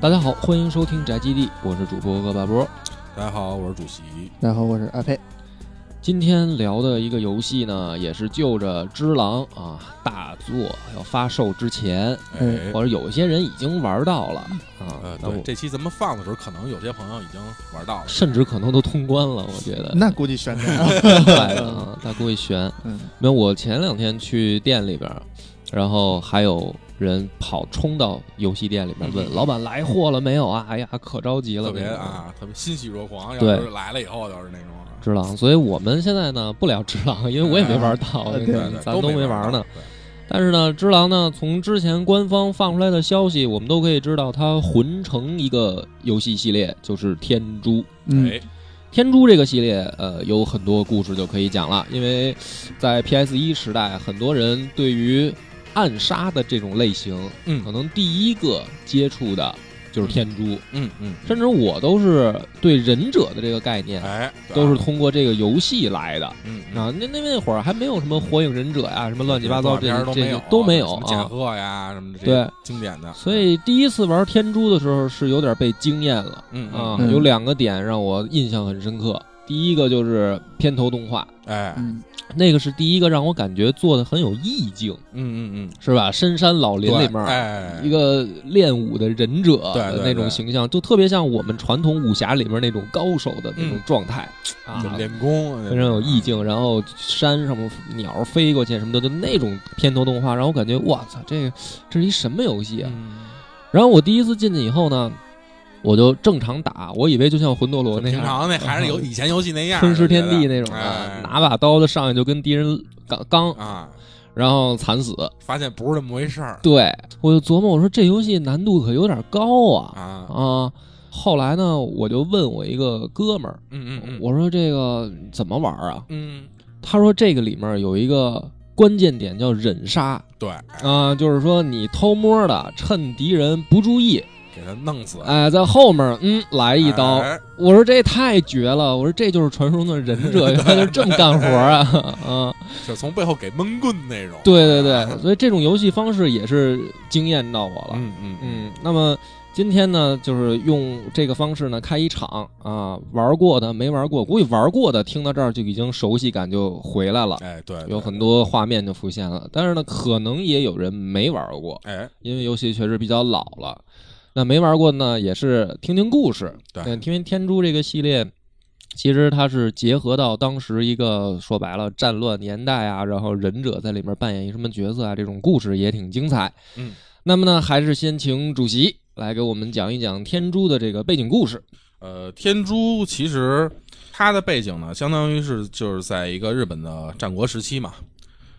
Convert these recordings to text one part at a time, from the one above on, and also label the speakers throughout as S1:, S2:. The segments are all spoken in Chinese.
S1: 大家好，欢迎收听宅基地，我是主播恶霸波。
S2: 大家好，我是主席。
S3: 大家好，我是阿佩。
S1: 今天聊的一个游戏呢，也是就着《只狼》啊大作要发售之前，
S2: 哎，
S1: 或者有一些人已经玩到了啊
S2: 呃，，
S1: 那
S2: 对，
S1: 我
S2: 这期咱们放的时候，可能有些朋友已经玩到了。
S1: 甚至可能都通关了。我觉得
S3: 呃那估计悬的。
S1: 快了啊，他故意悬。
S3: 嗯，
S1: 没有，我前两天去店里边儿，然后还有人跑冲到游戏店里边儿问、
S2: 嗯
S1: 老板来货了没有啊？哎呀，可着急了，
S2: 特别
S1: 那种。
S2: 啊，特别欣喜若狂。要
S1: 对
S2: 是来了以后，要是那种啊，
S1: 只狼，所以我们现在呢不聊只狼，因为我也没玩 到，
S3: 啊
S1: 因为
S3: 对
S2: 对，
S3: 嗯
S2: 对
S1: 咱
S2: 都
S1: 没
S2: 玩
S1: 玩呢。。
S2: 对
S1: 但是呢，只狼呢，从之前官方放出来的消息，我们都可以知道，它混成一个游戏系列，就是天珠。
S3: 嗯，
S2: 哎，
S1: 天珠这个系列，呃，有很多故事就可以讲了，因为在 PS 一时代，很多人对于暗杀的这种类型，
S2: 嗯
S1: 可能第一个接触的就是天珠，
S2: 嗯嗯，
S1: 甚至我都是对忍者的这个概念，
S2: 哎，对啊
S1: 都是通过这个游戏来的。
S2: 嗯嗯
S1: 啊，那那那会儿还没有什么火影忍者呀，什么乱七八糟这
S2: 动画
S1: 些
S2: 片儿都
S1: 这
S2: 没
S1: 些
S2: 有，
S1: 都没有
S2: 什么剑
S1: 啊。
S2: 鹤呀什么的，这
S1: 对
S2: 些经典的。
S1: 所以第一次玩天珠的时候是有点被惊艳了
S2: 嗯
S1: 啊，
S2: 嗯
S3: 嗯
S1: 有两个点让我印象很深刻。第一个就是片头动画，
S2: 哎，嗯
S3: 嗯，
S1: 那个是第一个让我感觉做的很有意境，
S2: 嗯嗯，
S1: 是吧？深山老林
S2: 对
S1: 里面儿
S2: 哎，
S1: 一个练武的忍者
S2: 对
S1: 的
S2: 对
S1: 那种
S2: 对
S1: 形象，就特别像我们传统武侠里面那种高手的那种
S2: 嗯
S1: 状态啊
S2: 就，练功啊
S1: 非常有意。境，然后山上面鸟儿飞过去什么的，就那种片头动画，让我感觉哇操，这个这是一什么游戏
S2: 那
S1: 啊
S2: 种？嗯
S1: 然后我第一次进去以后呢，我就正常打，我以为就像魂斗罗那
S2: 平
S1: 样，
S2: 常那还是有以前游戏那样儿，
S1: 吞噬天
S2: 我觉
S1: 地
S2: 得
S1: 那种的
S2: 哎，
S1: 拿把刀子上去就跟敌人刚刚，
S2: 啊，
S1: 然后惨死。
S2: 发现不是那么回事儿
S1: 对我就琢磨，我说这游戏难度可有点高啊
S2: 啊。
S1: 啊！后来呢，我就问我一个哥们儿，
S2: 嗯嗯嗯，
S1: 我说这个怎么玩啊？
S2: 嗯，
S1: 他说这个里面有一个关键点叫忍杀
S2: 对，
S1: 啊、就是说你偷摸的趁敌人不注意，
S2: 给他弄死，
S1: 哎、在后面嗯来一刀。
S2: 哎
S1: 我说这太绝了，我说这就是传说中的忍 者，原来就这么干活啊啊！
S2: 就从背后给闷棍那种。
S1: 对对对，所以这种游戏方式也是惊艳到我了。
S2: 嗯嗯
S1: 嗯，那么今天呢，就是用这个方式呢开一场啊，玩过的没玩过，估计玩过的听到这儿就已经熟悉感就回来了。
S2: 哎，对，对
S1: 有很多画面就浮现了。但是呢，可能也有人没玩过，
S2: 哎，
S1: 因为游戏确实比较老了。那没玩过呢，也是听听故事。
S2: 对
S1: 嗯，因为天珠这个系列，其实它是结合到当时一个说白了战乱年代啊，然后忍者在里面扮演一什么角色啊，这种故事也挺精彩。
S2: 嗯，
S1: 那么呢，还是先请主席来给我们讲一讲天珠的这个背景故事。
S2: 呃，天珠其实它的背景呢，相当于是就是在一个日本的战国时期嘛。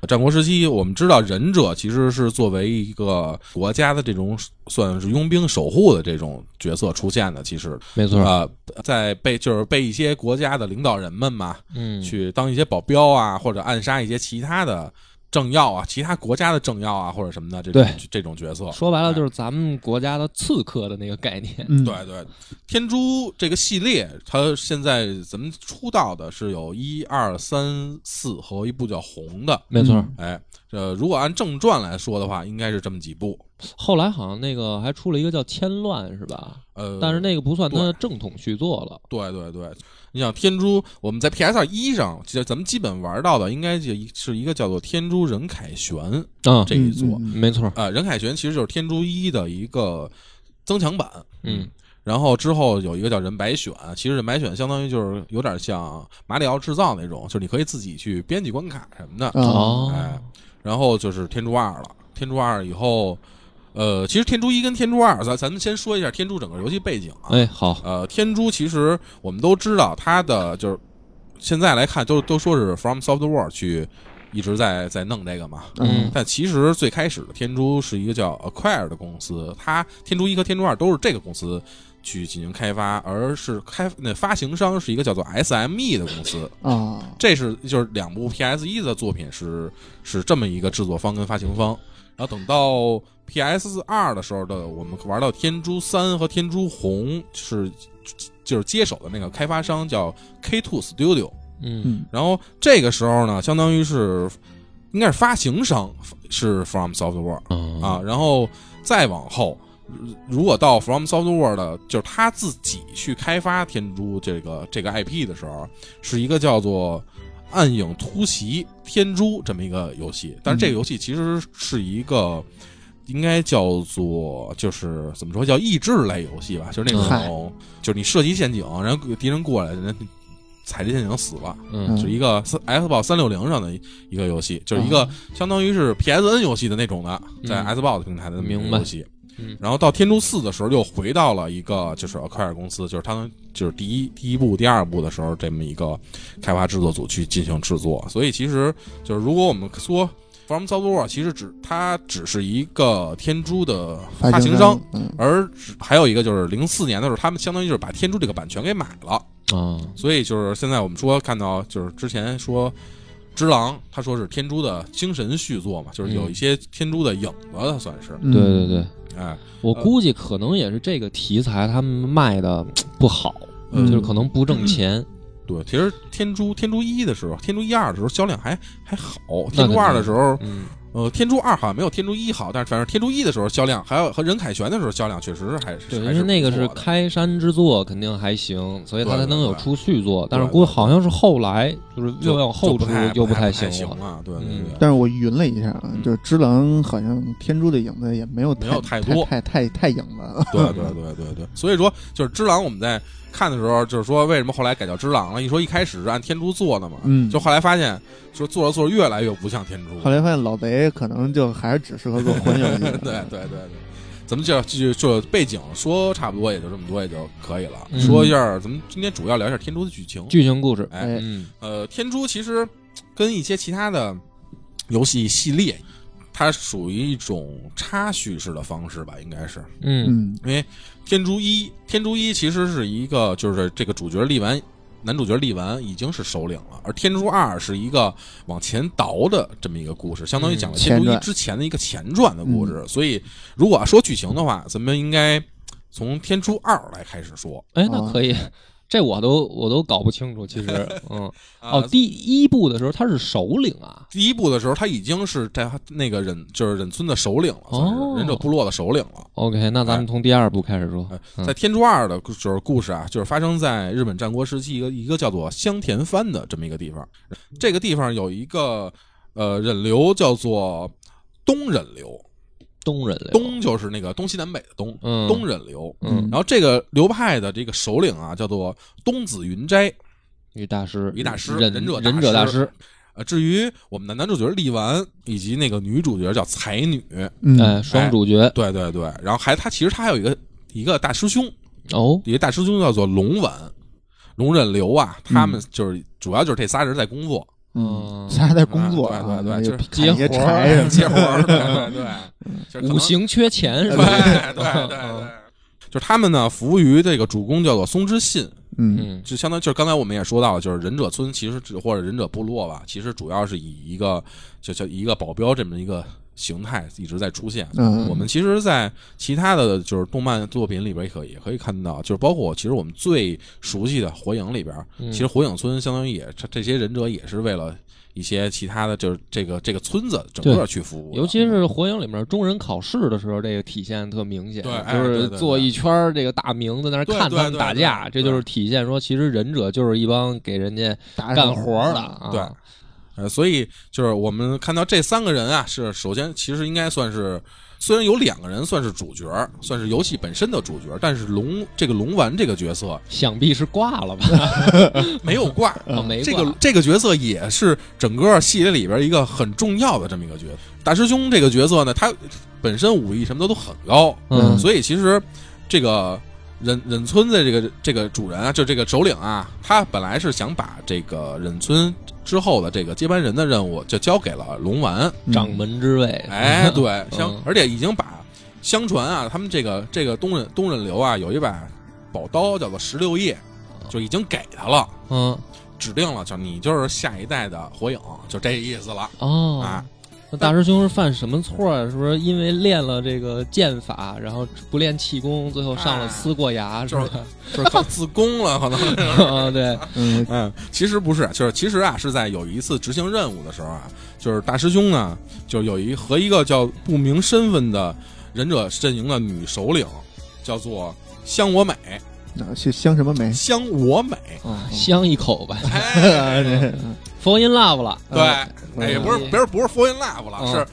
S2: 战国时期，我们知道忍者其实是作为一个国家的这种算是佣兵守护的这种角色出现的。其实，
S1: 没错，
S2: 呃，在被就是被一些国家的领导人们嘛，
S1: 嗯，
S2: 去当一些保镖啊，或者暗杀一些其他的政要啊、其他国家的政要啊，或者什么的这种
S1: 对
S2: 这种角色。
S1: 说白了就是咱们国家的刺客的那个概念。
S3: 嗯，
S2: 对对，天珠这个系列，它现在咱们出道的是有一二三四和一部叫红的。
S1: 没错，
S3: 嗯
S2: 哎，呃，如果按正传来说的话，应该是这么几部。
S1: 后来好像那个还出了一个叫《千乱》，是吧？
S2: 呃，
S1: 但是那个不算它的正统续作了。
S2: 对对对，你想天珠，我们在 PS 二一上，其实咱们基本玩到的应该就是一个叫做天珠任凯旋
S1: 啊，
S2: 这一作。
S3: 嗯
S1: 没错，
S2: 呃，任凯旋其实就是天珠一的一个增强版。
S1: 嗯，
S2: 然后之后有一个叫人白选，其实人白选相当于就是有点像马里奥制造那种，就是你可以自己去编辑关卡什么的。
S3: 啊，
S2: 哎
S1: 哦，，
S2: 然后就是天珠二了，天珠二以后，呃，其实天珠一跟天珠二，咱咱们先说一下天珠整个游戏背景啊。
S1: 哎，好，
S2: 呃，天珠其实我们都知道，它的就是现在来看都都说是 From Software 去一直在在弄这个嘛，
S1: 嗯
S2: 但其实最开始的天珠是一个叫 Acquire 的公司，它天珠一和天珠二都是这个公司去进行开发，而是开那发行商是一个叫做 SME 的公司。
S1: 嗯
S3: 啊，
S2: 这是就是两部 PS 一的作品是是这么一个制作方跟发行方。然后等到 PS 二的时候的，我们玩到天珠三和天珠红是就是接手的那个开发商叫 K Two Studio。
S1: 嗯
S3: 嗯
S2: 然后这个时候呢，相当于是应该是发行商是 From Software
S1: 嗯
S2: 啊，然后再往后，如如果到 From Software 的，就是他自己去开发天珠这个这个 IP 的时候，是一个叫做《暗影突袭天珠》这么一个游戏，但是这个游戏其实是一个。应该叫做就是怎么说叫益智类游戏吧，就是那
S3: 嗨
S2: 种就是你设计陷阱，然后敌人过来，人家踩着陷阱死了，
S1: 嗯哦
S2: 是一个 Xbox 三六零上的一个游戏，就是一个相当于是 PSN 游戏的那种的，在
S1: 嗯
S2: Xbox 平台的那么一个
S1: 明白
S2: 游戏。
S1: 嗯
S2: 然后到《天珠四》的时候，又回到了一个就是 Acquire 公司，就是他们就是第一第一部、第二部的时候这么一个开发制作组去进行制作。所以其实就是如果我们说 From Software，其实只它只是一个天珠的发行商，，
S3: 嗯
S2: 而只还有一个就是零四年的时候，他们相当于就是把天珠这个版权给买了。
S1: 啊，
S2: 所以就是现在我们说看到，就是之前说《只狼》，他说是天珠的精神续作嘛，就是有一些天珠的影子，算是，
S3: 嗯
S1: 对对对，
S2: 哎，
S1: 我估计可能也是这个题材他们卖的不好，
S3: 嗯
S1: 就是可能不挣钱。
S2: 对，其实天珠天珠一的时候，天珠一二的时候销量还还好，
S1: 那肯定
S2: 天珠二的时候，
S1: 嗯，
S2: 呃，天珠二好像没有天珠一好，但是反正天珠一的时候销量，还有和任凯旋的时候销量确实是还是
S1: 对，因
S2: 还是
S1: 为那个是
S2: 不错的
S1: 开山之作，肯定还行，所以他
S2: 对
S1: 才
S2: 对
S1: 能有
S2: 对
S1: 出续作。但是
S2: 对对
S1: 估计好像是后来就是
S2: 就
S1: 又要后
S2: 就
S1: 出
S2: 不太
S1: 又
S2: 不
S1: 太
S2: 行
S1: 行了。
S2: 了，对对
S1: 嗯
S2: 对。
S3: 但是我匀了一下啊，
S1: 嗯
S3: 就是《只狼》好像天珠的影子也没有
S2: 没有
S3: 太
S2: 太多
S3: 太太太影子了。
S2: 对对对对对，所以说就是《只狼》，我们在看的时候，就是说为什么后来改叫《只狼》了？一说一开始是按天珠做的嘛，
S3: 嗯
S2: 就后来发现说做着做着越来越不像天珠，
S3: 后来发现老贼可能就还是只适合做混游戏
S2: 对， 对对对，咱们就就就背景说差不多也就这么多也就可以了，
S1: 嗯
S2: 说一下咱们今天主要聊一下天珠的剧情，
S1: 剧情故事，
S2: 哎，
S3: 哎
S1: 嗯
S2: 呃，天珠其实跟一些其他的游戏系列，它属于一种插叙式的方式吧，应该是，
S1: 嗯
S3: 嗯
S2: 因为《天珠一》《天珠一》其实是一个，就是这个主角力丸，男主角力丸已经是首领了，而《天珠二》是一个往前倒的这么一个故事，相当于讲了《天
S3: 前
S2: 珠一》
S3: 传
S2: 之前的一个前传的故事。所以，如果说剧情的话，咱们应该从《天珠二》来开始说
S1: 哎，那
S3: 哦
S1: 可以， 这我都我都搞不清楚。 其实，嗯，
S2: 啊
S1: 哦，第一部的时候他是首领啊，
S2: 第一部的时候，他已经是在那个忍，就是忍村的首领了，算是
S1: 哦
S2: 忍者部落的首领了。
S1: OK，那咱们从第二部开始说
S2: 哎。
S1: 嗯
S2: 在《天珠二》的故就是故事啊，就是发生在日本战国时期一个一个叫做香田藩的这么一个地方。这个地方有一个呃忍流叫做东忍流，
S1: 东人类，
S2: 东就是那个东西南北的东，
S1: 嗯
S2: 东忍流。
S1: 嗯
S2: 然后这个流派的这个首领啊，叫做东子云斋。
S1: 女大师，
S2: 女大师
S1: 忍
S2: 忍者大
S1: 忍者大师，
S2: 呃，至于我们的男主角力丸以及那个女主角叫才女，
S3: 嗯，
S1: 哎，双主角
S2: 对对对。然后还他其实他还有一个一个大师兄，
S1: 哦，
S2: 一个大师兄叫做龙稳、龙忍流啊，他们就是、主要就是这仨人在工作，
S1: 嗯
S3: 仨在工作啊，
S2: 对对对
S3: 就
S2: 就是
S3: 砍一些
S1: 接活儿
S3: 柴什么的
S2: 接活儿，哎对对对，
S1: 五
S2: 星，
S1: 行缺钱是
S2: 对
S1: 吧？
S2: 哎对 对对，就是他们呢服务于这个主公叫做松之信，
S3: 嗯
S1: 嗯
S2: 就相当于就是刚才我们也说到了，就是忍者村其实只或者忍者部落吧，其实主要是以一个就叫一个保镖这么一个形态一直在出现。
S3: 嗯，
S2: 我们其实，在其他的就是动漫作品里边也可以也可以看到，就是包括其实我们最熟悉的《火影》里边，
S1: 嗯
S2: 其实火影村相当于也这这些忍者也是为了一些其他的，就是这个这个村子整个
S1: 对
S2: 去服务的，
S1: 尤其是《火影》里面中人考试的时候，这个体现特明显，
S2: 对哎
S1: 就是
S2: 对对
S1: 坐
S2: 对
S1: 一圈儿这个大名在那儿
S2: 对
S1: 看
S2: 对
S1: 他们
S2: 对
S1: 打
S2: 对
S1: 架，
S2: 对
S1: 这就是体现说，其实忍者就是一帮给人家
S3: 打
S1: 干活儿的
S3: 啊，
S1: 啊。
S2: 对呃，所以就是我们看到这三个人啊，是首先其实应该算是，虽然有两个人算是主角，算是游戏本身的主角，但是龙这个龙丸这个角色
S1: 想必是挂了吧？
S2: 没有挂，
S1: 哦没
S2: 这
S1: 挂
S2: 个这个角色也是整个系列里边一个很重要的这么一个角色。大师兄这个角色呢，他本身武艺什么的都很高，
S1: 嗯
S2: 所以其实这个忍忍村的这个这个主人啊，就这个首领啊，他本来是想把这个忍村之后的这个接班人的任务就交给了龙丸，
S3: 嗯
S1: 掌门之位，
S2: 哎，对，相
S1: 嗯
S2: 而且已经把相传啊，他们这个这个东忍东忍流啊，有一把宝刀叫做十六叶，
S1: 哦
S2: 就已经给他了。
S1: 嗯
S3: 嗯
S2: 指定了，就你就是下一代的火影，就这意思了、
S1: 哦
S2: 啊。
S1: 那大师兄是犯什么错啊？是不是因为练了这个剑法，然后不练气功，最后上了思过崖，是 吧？
S2: 就是靠自宫了，可能。
S1: 啊，对，
S3: 嗯，
S2: 嗯，其实不是，就是其实啊，是在有一次执行任务的时候啊，就是大师兄呢，就是有一和一个叫不明身份的忍者阵营的女首领，叫做香我美，
S3: 那是香什么 梅？
S2: 香我美，
S3: 哦，
S1: 香一口吧
S2: 哎，
S3: 这
S1: ，fall in love 了。
S2: 对，哎，也
S3: 嗯
S2: 不是，不是，不是 fall in love
S1: 嗯
S2: 了，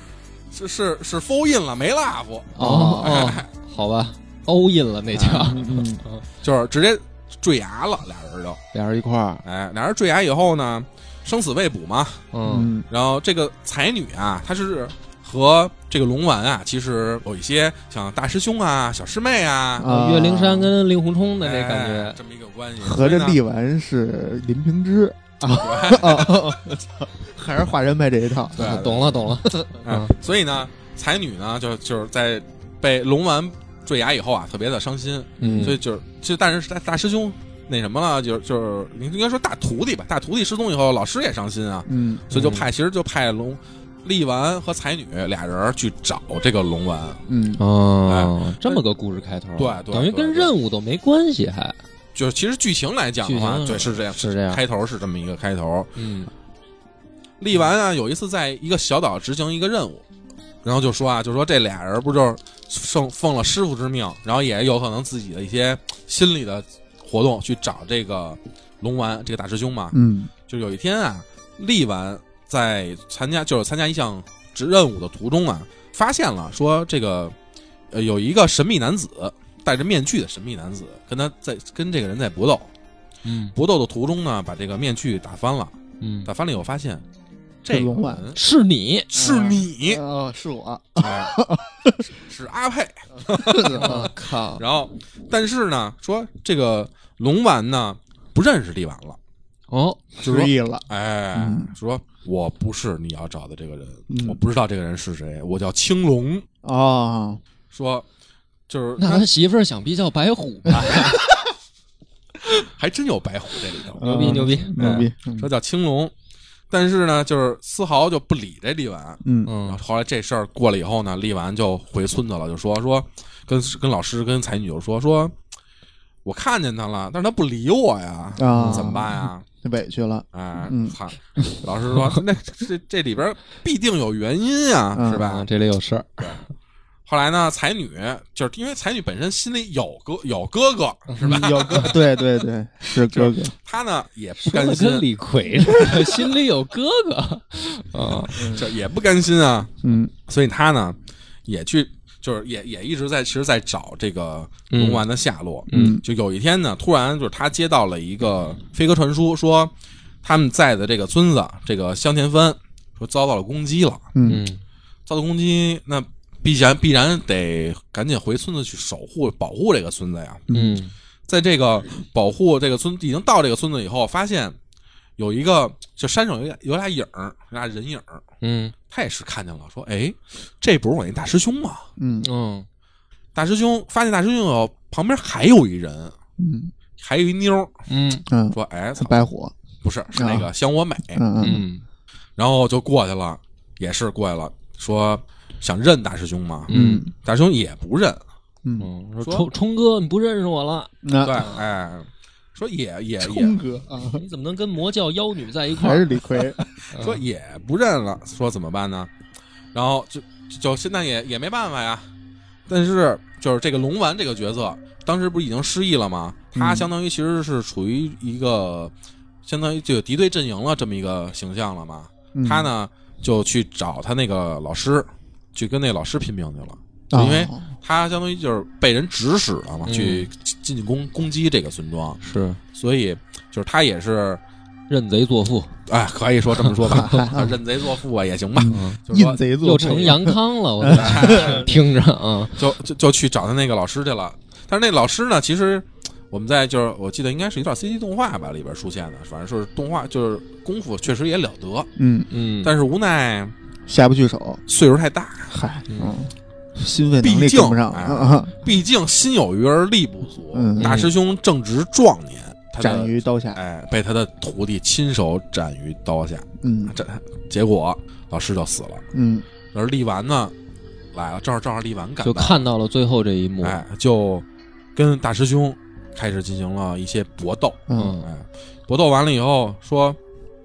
S2: 是是是是 fall in 了，没 love，
S1: 哦哦，好吧，all in 了那叫，
S2: 啊
S3: 嗯嗯
S2: 就是直接坠崖了，俩人就，
S1: 俩人一块儿，
S2: 哎，俩人坠崖以后呢，生死未卜嘛，
S1: 嗯
S3: 嗯
S2: 然后这个才女啊，她是和这个龙丸啊，其实有一些像大师兄啊、小师妹啊，
S3: 啊
S1: 岳灵珊跟令狐冲的
S2: 哎
S1: 那感觉，
S2: 这么一个关系，
S3: 合着
S2: 所以
S3: 力
S2: 呢
S3: 丸是林平之啊，我操还是华人卖这一套，
S2: 对
S1: 啊懂了懂了。
S2: 嗯，所以呢，才女呢，就就是在被龙丸坠崖以后啊，特别的伤心，
S1: 嗯
S2: 所以就是其实但是大大师兄那什么了，就是就是你应该说大徒弟吧，大徒弟失踪以后，老师也伤心啊，
S3: 嗯
S2: 所以就派、其实就派龙力丸和才女俩人去找这个龙丸，
S3: 嗯
S1: 哦，这么个故事开头，
S2: 哎对对
S1: 等于
S2: 对
S1: 跟
S2: 对
S1: 任务都没关系，还
S2: 就是其实剧情来讲的话
S1: 剧，情
S2: 对，是这样，
S1: 是这样
S2: 开头是这么一个开头。
S1: 嗯
S2: 力丸啊，有一次在一个小岛执行一个任务，然后就说啊，就说这俩人不就是奉奉了师傅之命，然后也有可能自己的一些心理的活动去找这个龙丸这个大师兄嘛。
S3: 嗯
S2: 就有一天啊，力丸在参加就是参加一项执任务的途中啊，发现了说这个呃有一个神秘男子戴着面具的神秘男子跟他在跟这个人在搏斗。
S1: 嗯
S2: 搏斗的途中呢，把这个面具打翻了，
S1: 嗯，
S2: 打翻了以后发现，这个
S3: 龙丸
S2: 人
S1: 是你
S2: 是你，
S3: 哦，是我，
S2: 哎是是阿佩。
S1: 我靠，
S2: 然后，但是呢，说这个龙丸呢不认识力丸了，
S1: 哦，
S2: 就说
S3: 失忆了，
S2: 哎
S3: 嗯，
S2: 说我不是你要找的这个人，
S3: 嗯
S2: 我不知道这个人是谁，我叫青龙。
S3: 哦，
S2: 说就是
S1: 那他媳妇儿想必叫白虎吧？
S2: 还真有白虎这里头，
S1: 牛逼
S3: 嗯
S1: 牛逼
S3: 牛逼，嗯
S2: 说叫青龙，但是呢，就是丝毫就不理这力丸，
S3: 嗯
S2: 然
S1: 嗯
S2: 后后来这事儿过了以后呢，力丸就回村子了，就说说跟跟老师跟才女就说说，我看见他了，但是他不理我呀，
S3: 啊
S2: 怎么办呀？
S3: 委屈了，
S2: 哎
S3: 嗯，
S2: 操、老师说那这这里边必定有原因呀，
S3: 嗯
S2: 是吧
S1: 啊，？这里有事儿，
S2: 后来呢，才女就是因为才女本身心里有哥有哥哥，
S1: 嗯
S2: 是吧？
S3: 有哥，对对对，是哥哥，
S2: 她呢也不
S1: 说
S2: 甘
S1: 得跟
S2: 心，
S1: 李逵似的，心里有哥哥啊，
S2: 就也不甘心啊，
S3: 嗯
S2: 所以她呢也去就是也也一直在其实在找这个龙丸的下落，嗯
S3: 嗯
S2: 就有一天呢，突然就是他接到了一个飞鸽传书，说他们在的这个村子，这个香田藩，说遭到了攻击了，
S3: 嗯
S1: 嗯
S2: 遭到攻击，那必然必然得赶紧回村子去守护保护这个村子呀。
S1: 嗯
S2: 在这个保护这个村，已经到这个村子以后，发现有一个就山上有俩有俩影儿，有俩人影儿，
S1: 嗯
S2: 他也是看见了，说哎，这不是我那大师兄吗？
S3: 嗯
S1: 嗯，
S2: 大师兄发现大师兄以后，旁边还有一人，
S3: 嗯
S2: 还有一妞儿，
S1: 嗯
S3: 嗯，
S2: 说哎，操
S3: 白虎，
S2: 不是，是那个香我美，
S3: 啊嗯嗯
S1: 嗯
S2: 然后就过去了，也是过去了，说想认大师兄嘛，
S1: 嗯
S2: 大师兄也不认，
S3: 嗯，
S1: 嗯，说
S2: 说
S1: 冲冲哥，你不认识我了，
S3: 那
S2: 对，哎，说也也
S3: 啊冲
S2: 也
S3: 哥啊，
S1: 你怎么能跟魔教妖女在一块
S3: 还
S1: 儿
S3: 是？李逵，
S2: 说也不认了，说怎么办呢？然后就就就现在也也没办法呀，但是就是这个龙丸这个角色，当时不是已经失忆了吗？他
S3: 嗯
S2: 相当于其实是处于一个相当于就有敌对阵营了这么一个形象了嘛，
S3: 嗯
S2: 他呢就去找他那个老师，去跟那老师拼命去了。
S3: 哦
S2: 因为他相当于就是被人指使了嘛，
S1: 嗯
S2: 去进进攻攻击这个村庄，
S1: 是
S2: 所以就是他也是，
S1: 认贼作父，
S2: 哎，可以说这么说 吧，认贼作父啊也行吧，就是
S3: 嗯印
S2: 说
S3: 贼作
S1: 又
S3: 父
S1: 成杨康了，我觉得听着啊，
S2: 就就就去找他那个老师去了。但是那老师呢，其实我们在就是我记得应该是一段 CG 动画吧里边出现的，反正说是动画就是功夫确实也了得，
S3: 嗯，
S1: 嗯，
S2: 但是无奈
S3: 下不去手，
S2: 岁数太大，
S3: 嗨，
S1: 嗯
S3: 嗯，心肺能
S2: 毕
S3: 力
S2: 竟
S3: 跟不上
S2: 哎
S3: 啊，
S2: 毕竟心有余而力不足
S3: 嗯，
S2: 大师兄正值壮年，他
S3: 斩
S2: 的
S3: 于刀下。
S2: 哎被他的徒弟亲手斩于刀下，
S3: 嗯
S2: 这结果老师就死了。
S3: 嗯
S2: 而力丸呢来了，正好正好力丸赶
S1: 就
S2: 到
S1: 看到了最后这一幕，
S2: 哎，就跟大师兄开始进行了一些搏斗。
S3: 嗯
S1: 嗯
S2: 哎，搏斗完了以后说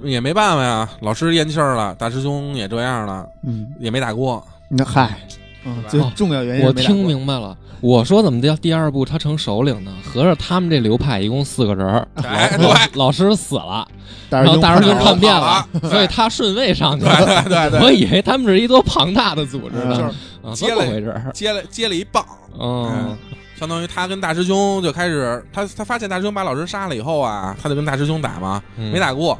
S2: 也没办法呀，老师咽气儿了，大师兄也这样了，
S3: 嗯，
S2: 也没打过。
S3: 那嗨，嗯，最
S1: 哦
S3: 重要原因是
S1: 我
S3: 没打过
S1: 听明白了，我说怎么叫第二部他成首领呢？合着他们这流派一共四个人儿，
S2: 哎，对
S1: 老老师死了，
S3: 大
S1: 然
S3: 师
S1: 后
S3: 兄
S1: 大师兄
S3: 看到
S1: 叛
S3: 了
S1: 变
S2: 了
S1: 了，所以他顺位上去了。
S2: 对对对
S1: 我
S2: 对，
S1: 以为他们是一多庞大的组织
S3: 嗯
S1: 呢
S2: 就是，
S1: 啊，
S2: 接
S1: 这
S2: 了
S1: 么回事儿？
S2: 接了接了一棒，
S1: 嗯，
S2: 相当于他跟大师兄就开始，他他发现大师兄把老师杀了以后啊，他就跟大师兄打嘛，
S1: 没
S2: 没，打过，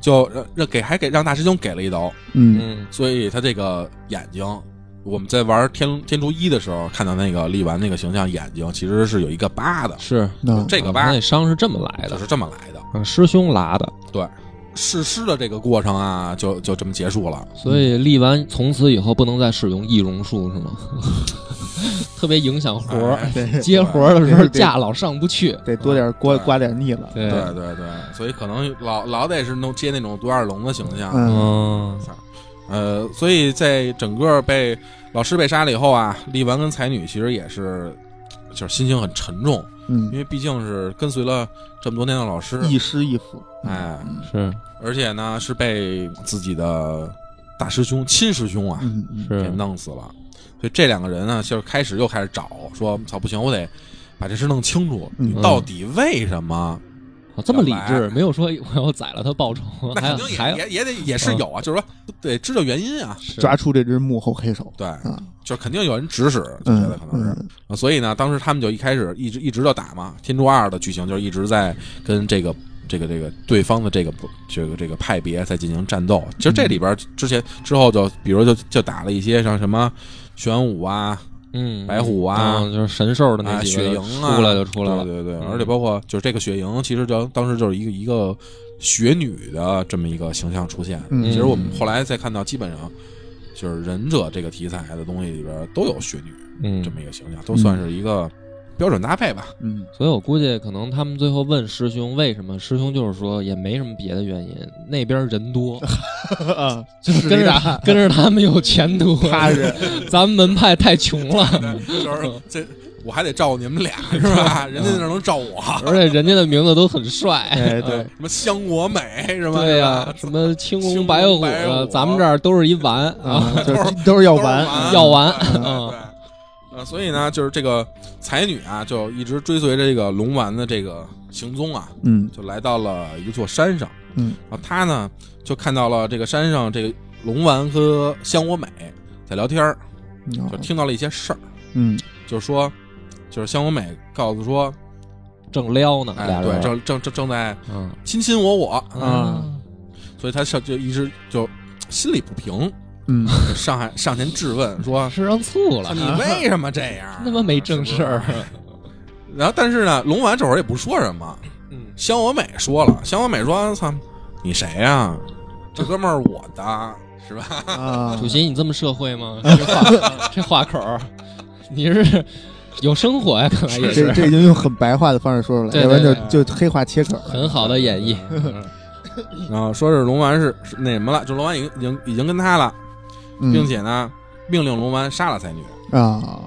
S2: 就让让给还给让大师兄给了一刀，
S3: 嗯
S1: 嗯
S2: 所以他这个眼睛，我们在玩天天竺一的时候看到那个力丸那个形象，眼睛其实是有一个疤的，
S1: 是
S3: 那
S2: 这个
S1: 啊他
S2: 疤
S1: 那伤是这么来
S2: 就
S1: 的，
S2: 是嗯这么来的。
S1: 啊师兄拉的，
S2: 试尸的这个过程啊，就就这么结束了。
S1: 所以力丸从此以后不能再使用易容术是 吗？特别影响活儿，
S2: 哎
S3: 得
S1: 接活儿的时候
S3: 对对
S1: 架老上不去。
S3: 得多点刮
S2: 对
S3: 刮点腻了。
S1: 对
S2: 对对对，所以可能老老得是弄接那种独眼龙的形象。
S3: 嗯
S1: 嗯
S2: 呃，所以在整个被老师被杀了以后啊，力丸跟才女其实也是就是心情很沉重，因
S3: 嗯，
S2: 为毕竟是跟随了这么多年的老师，
S3: 亦师亦父。
S2: 哎，
S1: 是
S2: 而且呢是被自己的大师兄、亲师兄啊
S3: 嗯嗯
S2: 给
S1: 是，
S2: 弄死了。所以这两个人呢，就是开始又开始找，说操不行，我得把这事弄清楚，
S3: 嗯
S2: 你到底为什么？
S1: 哦这么理
S2: 小白
S1: 智，没有说我要宰了他报仇，
S2: 那
S1: 还
S2: 肯定
S1: 还嗯
S2: 也也也得也是有啊，就是说得知道原因啊。
S1: 是
S3: 抓出这只幕后黑手。
S2: 对，
S3: 啊，
S2: 就肯定有人指使，就哎觉得
S3: 嗯
S2: 可能是。
S3: 嗯
S2: 啊所以呢，当时他们就一开始一直一直就打嘛，《天竺二》的剧情就是一直在跟这个这个这个对方的这个这个这个派别在进行战斗。其实这里边之前之后就比如就就打了一些像什么玄武啊、
S1: 嗯
S2: 白虎啊
S1: 嗯就是神兽的
S2: 啊
S1: 那几个
S2: 雪莹啊
S1: 出来就出来了，
S2: 对对对，
S1: 嗯
S2: 而且包括就是这个雪莹，其实就当时就是一个一个雪女的这么一个形象出现。
S3: 嗯
S2: 其实我们后来再看到，基本上就是忍者这个题材的东西里边都有雪女
S1: 嗯
S2: 这，么一个形象，都算是一个标准搭配吧。
S3: 嗯
S1: 所以我估计可能他们最后问师兄为什么，师兄就是说也没什么别的原因， 那边人多，
S3: 啊，
S1: 就是跟
S3: 势力
S1: 着
S3: 大
S1: 跟着他们有前 途，
S3: 踏实。
S1: 咱们门派太穷了，
S2: 对，就是这我还得照你们俩是吧？人家那能照我，
S1: 而且人家的名字都很帅，
S3: 哎，对，
S2: 什么香国美是吧？
S1: 对呀、
S2: 是吧
S1: 什么青
S2: 青
S1: 龙
S2: 龙
S1: 白虎
S2: 白
S1: 的，
S2: 虎
S1: 咱们这儿都是一丸啊，
S3: 啊，就是都是要
S2: 都是
S3: 完
S2: 丸
S1: 药丸
S2: 对对
S1: 嗯
S2: 对呃，所以呢，就是这个才女啊，就一直追随着这个龙丸的这个行踪啊，
S3: 嗯
S2: 就来到了一座山上。
S3: 嗯，
S2: 然后她呢就看到了这个山上这个龙丸和香我美在聊天儿，就听到了一些事儿，
S3: 嗯
S2: 就是说，就是香我美告诉说，
S1: 正撩呢，
S2: 哎，
S1: 俩人啊
S2: 对，，正正正正在
S1: 嗯
S2: 亲亲我我，
S3: 啊
S2: 所以她上就一直就心里 不平，
S3: 嗯
S2: 就上海上前质问说，
S1: 是让醋
S2: 啊
S1: 了，
S2: 你为什么这样？
S1: 那么没正事儿
S2: 是不是。 然后，但是呢，龙丸这会儿也不说什么。
S1: 嗯，
S2: 香我美说了，香我美说：“操，你谁呀、 这哥们儿我的，是吧？
S3: 啊，
S1: 主席你这么社会 吗？这话 这话口儿，你是有生活呀、看来也
S3: 这这已经用很白话的方式说出来，
S1: 对
S3: 要不
S1: 对
S3: 然就就黑话切口了。
S1: 很好的演绎，
S2: 嗯
S1: 嗯
S2: 然后说是龙丸是是那什么了，就龙丸已经已经已经跟他了，
S3: 嗯
S2: 并且呢，命令龙丸杀了才女。
S3: 啊，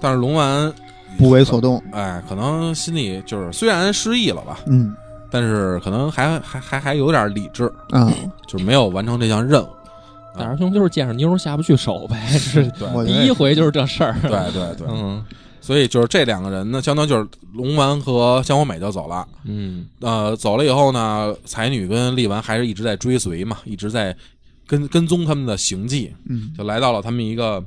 S2: 但是龙丸
S3: 不为所动。
S2: 哎，可能心里就是虽然失忆了吧，
S3: 嗯
S2: 但是可能还还还还有点理智，
S3: 啊，
S2: 就是没有完成这项任务。
S1: 大师兄就是见着妞儿下不去手 呗，是
S2: 对
S3: 我
S1: 第一回就是这事儿。
S2: 对对对，
S1: 嗯
S2: 所以就是这两个人呢，相当于就是龙丸和香火美就走了。
S1: 嗯，
S2: 呃，走了以后呢，才女跟丽丸还是一直在追随嘛，一直在跟跟踪他们的行迹，
S3: 嗯
S2: 就来到了他们一个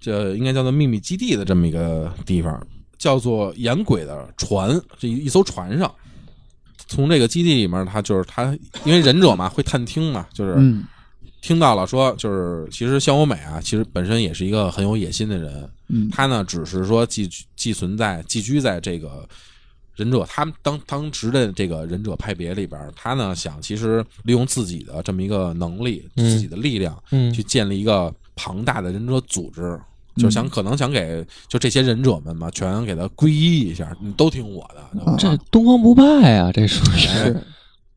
S2: 这应该叫做秘密基地的这么一个地方，叫做岩鬼的船，这一一艘船上。从这个基地里面，他就是他，因为忍者嘛会探听嘛，就是
S3: 嗯
S2: 听到了说，就是其实香火美啊，其实本身也是一个很有野心的人，
S3: 嗯
S2: 他呢只是说寄居寄存在寄居在这个忍者他们当当时的这个忍者派别里边儿，他呢想其实利用自己的这么一个能力、
S1: 嗯
S2: 自己的力量
S1: 嗯
S2: 去建立一个庞大的忍者组织，就是想可能想给就这些忍者们嘛，全给他皈依一下，你都听我的，对吧
S3: 啊
S1: 这东方不败啊，这属于
S2: 哎
S3: 是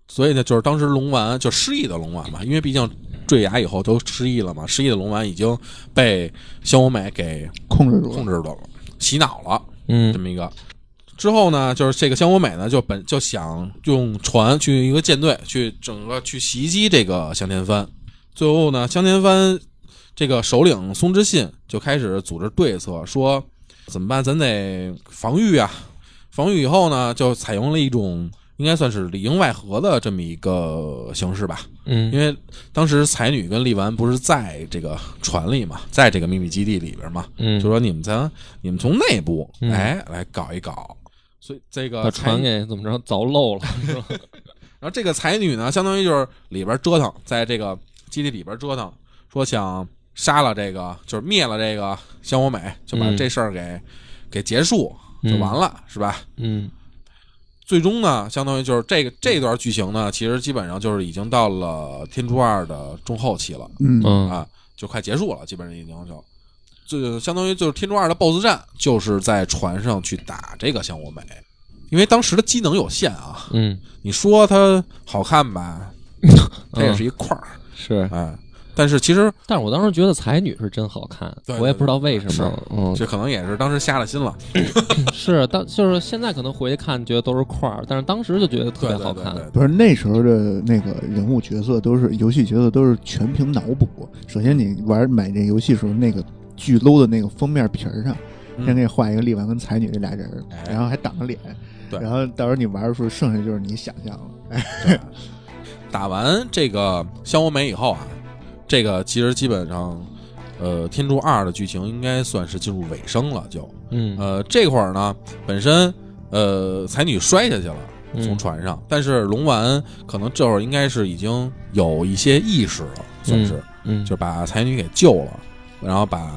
S2: 所以呢，就是当时龙丸就失忆的龙丸嘛，因为毕竟坠崖以后都失忆了嘛，失忆的龙丸已经被萧红美给
S3: 控制住
S2: 控
S3: 了，
S2: 制住了，洗脑了
S1: 嗯
S2: 这么一个。之后呢，就是这个萧红美呢，就本就想用船去一个舰队去整个去袭击这个香田藩。最后呢，香田藩这个首领松之信就开始组织对策，说怎么办？咱得防御啊！防御以后呢，就采用了一种应该算是里应外合的这么一个形式吧。
S1: 嗯
S2: 因为当时才女跟丽丸不是在这个船里嘛，在这个秘密基地里边嘛，
S1: 嗯，
S2: 就说你们咱你们从内部、
S1: 嗯
S2: 哎来搞一搞。所以这个
S1: 把
S2: 才
S1: 船
S2: 女，
S1: 给怎么着凿漏了，是吧？
S2: 然后这个才女呢，相当于就是里边折腾，在这个基地里边折腾，说想杀了这个，就是灭了这个香火美，就把
S1: 嗯
S2: 这事儿给、给结束 就完了，是吧？
S1: 嗯
S2: 最终呢，相当于就是这个这段剧情呢，其实基本上就是已经到了天珠二的中后期了。
S3: 嗯
S1: 嗯
S2: 啊，就快结束了，基本上已经就，这相当于就是天柱二的 BOSS 战，就是在船上去打这个香火美，因为当时的机能有限啊，
S1: 嗯，
S2: 你说它好看 吧，它也是一块儿，
S1: 是。
S2: 哎，但是其实
S1: 但是我当时觉得才女是真好看，
S2: 对
S1: 我也不知道为什么。嗯，
S2: 这可能也是当时瞎了心了，
S1: 是当就是现在可能回去看觉得都是块儿，但是当时就觉得特别好看。
S2: 对对对对
S3: 不是那时候的那个人物角色都是游戏角色都是全凭脑补。首先你玩买这游戏时候那个巨 low 的那个封面皮儿上，
S2: 嗯
S3: 先给你画一个力丸跟才女这俩人儿
S2: 哎，
S3: 然后还挡着脸，
S2: 对
S3: 然后到时候你玩的时候剩下就是你想象了。
S2: 打完这个香火美以后啊，这个其实基本上，呃，天柱二的剧情应该算是进入尾声了，就，
S1: 嗯，
S2: 呃，这会儿呢，本身呃，才女摔下去了，
S1: 嗯
S2: 从船上，但是龙丸可能这会儿应该是已经有一些意识了，算是、
S1: 嗯，
S2: 就把才女给救了，然后把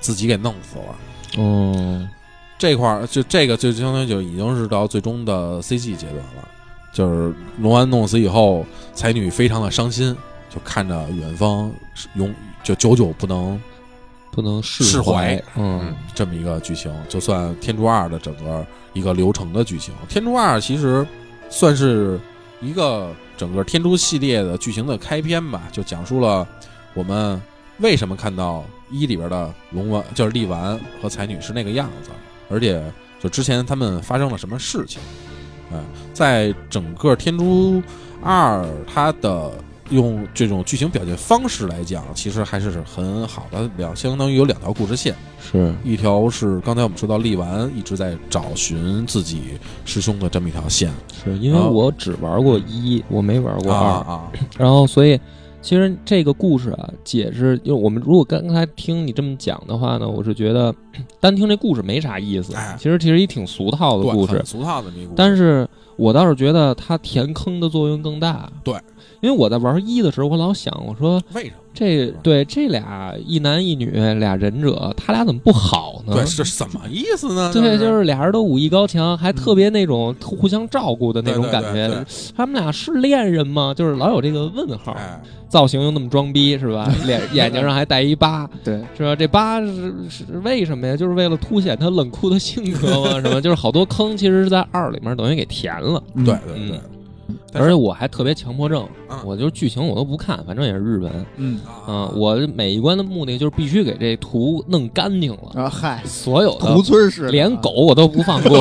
S2: 自己给弄死了。
S1: 哦，
S2: 这块儿就这个就相当于就已经是到最终的 CG 阶段了，就是龙丸弄死以后，才女非常的伤心，就看着远方永就久久不能
S1: 不能
S2: 释
S1: 释
S2: 怀
S1: 怀。嗯，
S2: 这么一个剧情，就算《天珠二》的整个一个流程的剧情，《天珠二》其实算是一个整个天珠系列的剧情的开篇吧，就讲述了我们为什么看到一里边的龙丸，就是力丸和才女是那个样子，而且就之前他们发生了什么事情。嗯，在整个《天珠二》它的用这种剧情表现方式来讲，其实还是很好的两，相当于有两条故事线。
S1: 是
S2: 一条是刚才我们说到力丸一直在找寻自己师兄的这么一条线
S1: 是，因为
S2: 啊
S1: 我只玩过一，我没玩过二。
S2: 啊，
S1: 然后所以其实这个故事啊，解释就我们如果刚才听你这么讲的话呢，我是觉得 单听这故事没啥意思
S2: 哎，
S1: 其实其实一挺俗套的
S2: 对，
S1: 故事
S2: 很，俗套的这么一个故事，
S1: 但是我倒是觉得它填坑的作用更大。
S2: 对。
S1: 因为我在玩一的时候，我老想，我说
S2: 为什么？
S1: 这对这俩一男一女俩忍者，他俩怎么不好呢？
S2: 对，这是什么意思呢？
S1: 嗯对，就是是俩人都武艺高强，还特别那种互相照顾的那种
S2: 嗯对对
S1: 感
S2: 对
S1: 觉
S2: 对。
S1: 他们俩是恋人吗？就是老有这个问号。
S2: 哎，
S1: 造型又那么装逼是吧？脸眼睛上还带一疤
S3: 对，
S1: 是吧？这疤是是为什么呀？就是为了凸显他冷酷的性格吗？什么？就是好多坑其实是在二里面等于给填了，
S3: 嗯
S2: 对，对对但
S1: 而
S2: 是
S1: 且我还特别强迫症
S2: 嗯，
S1: 我就是剧情我都不看，反正也是日文
S3: 嗯
S1: 啊。我每一关的目的就是必须给这图弄干净了，
S3: 啊嗨，
S1: 所有
S3: 屠
S1: 的
S3: 村式的啊
S1: 连狗我都不放 过，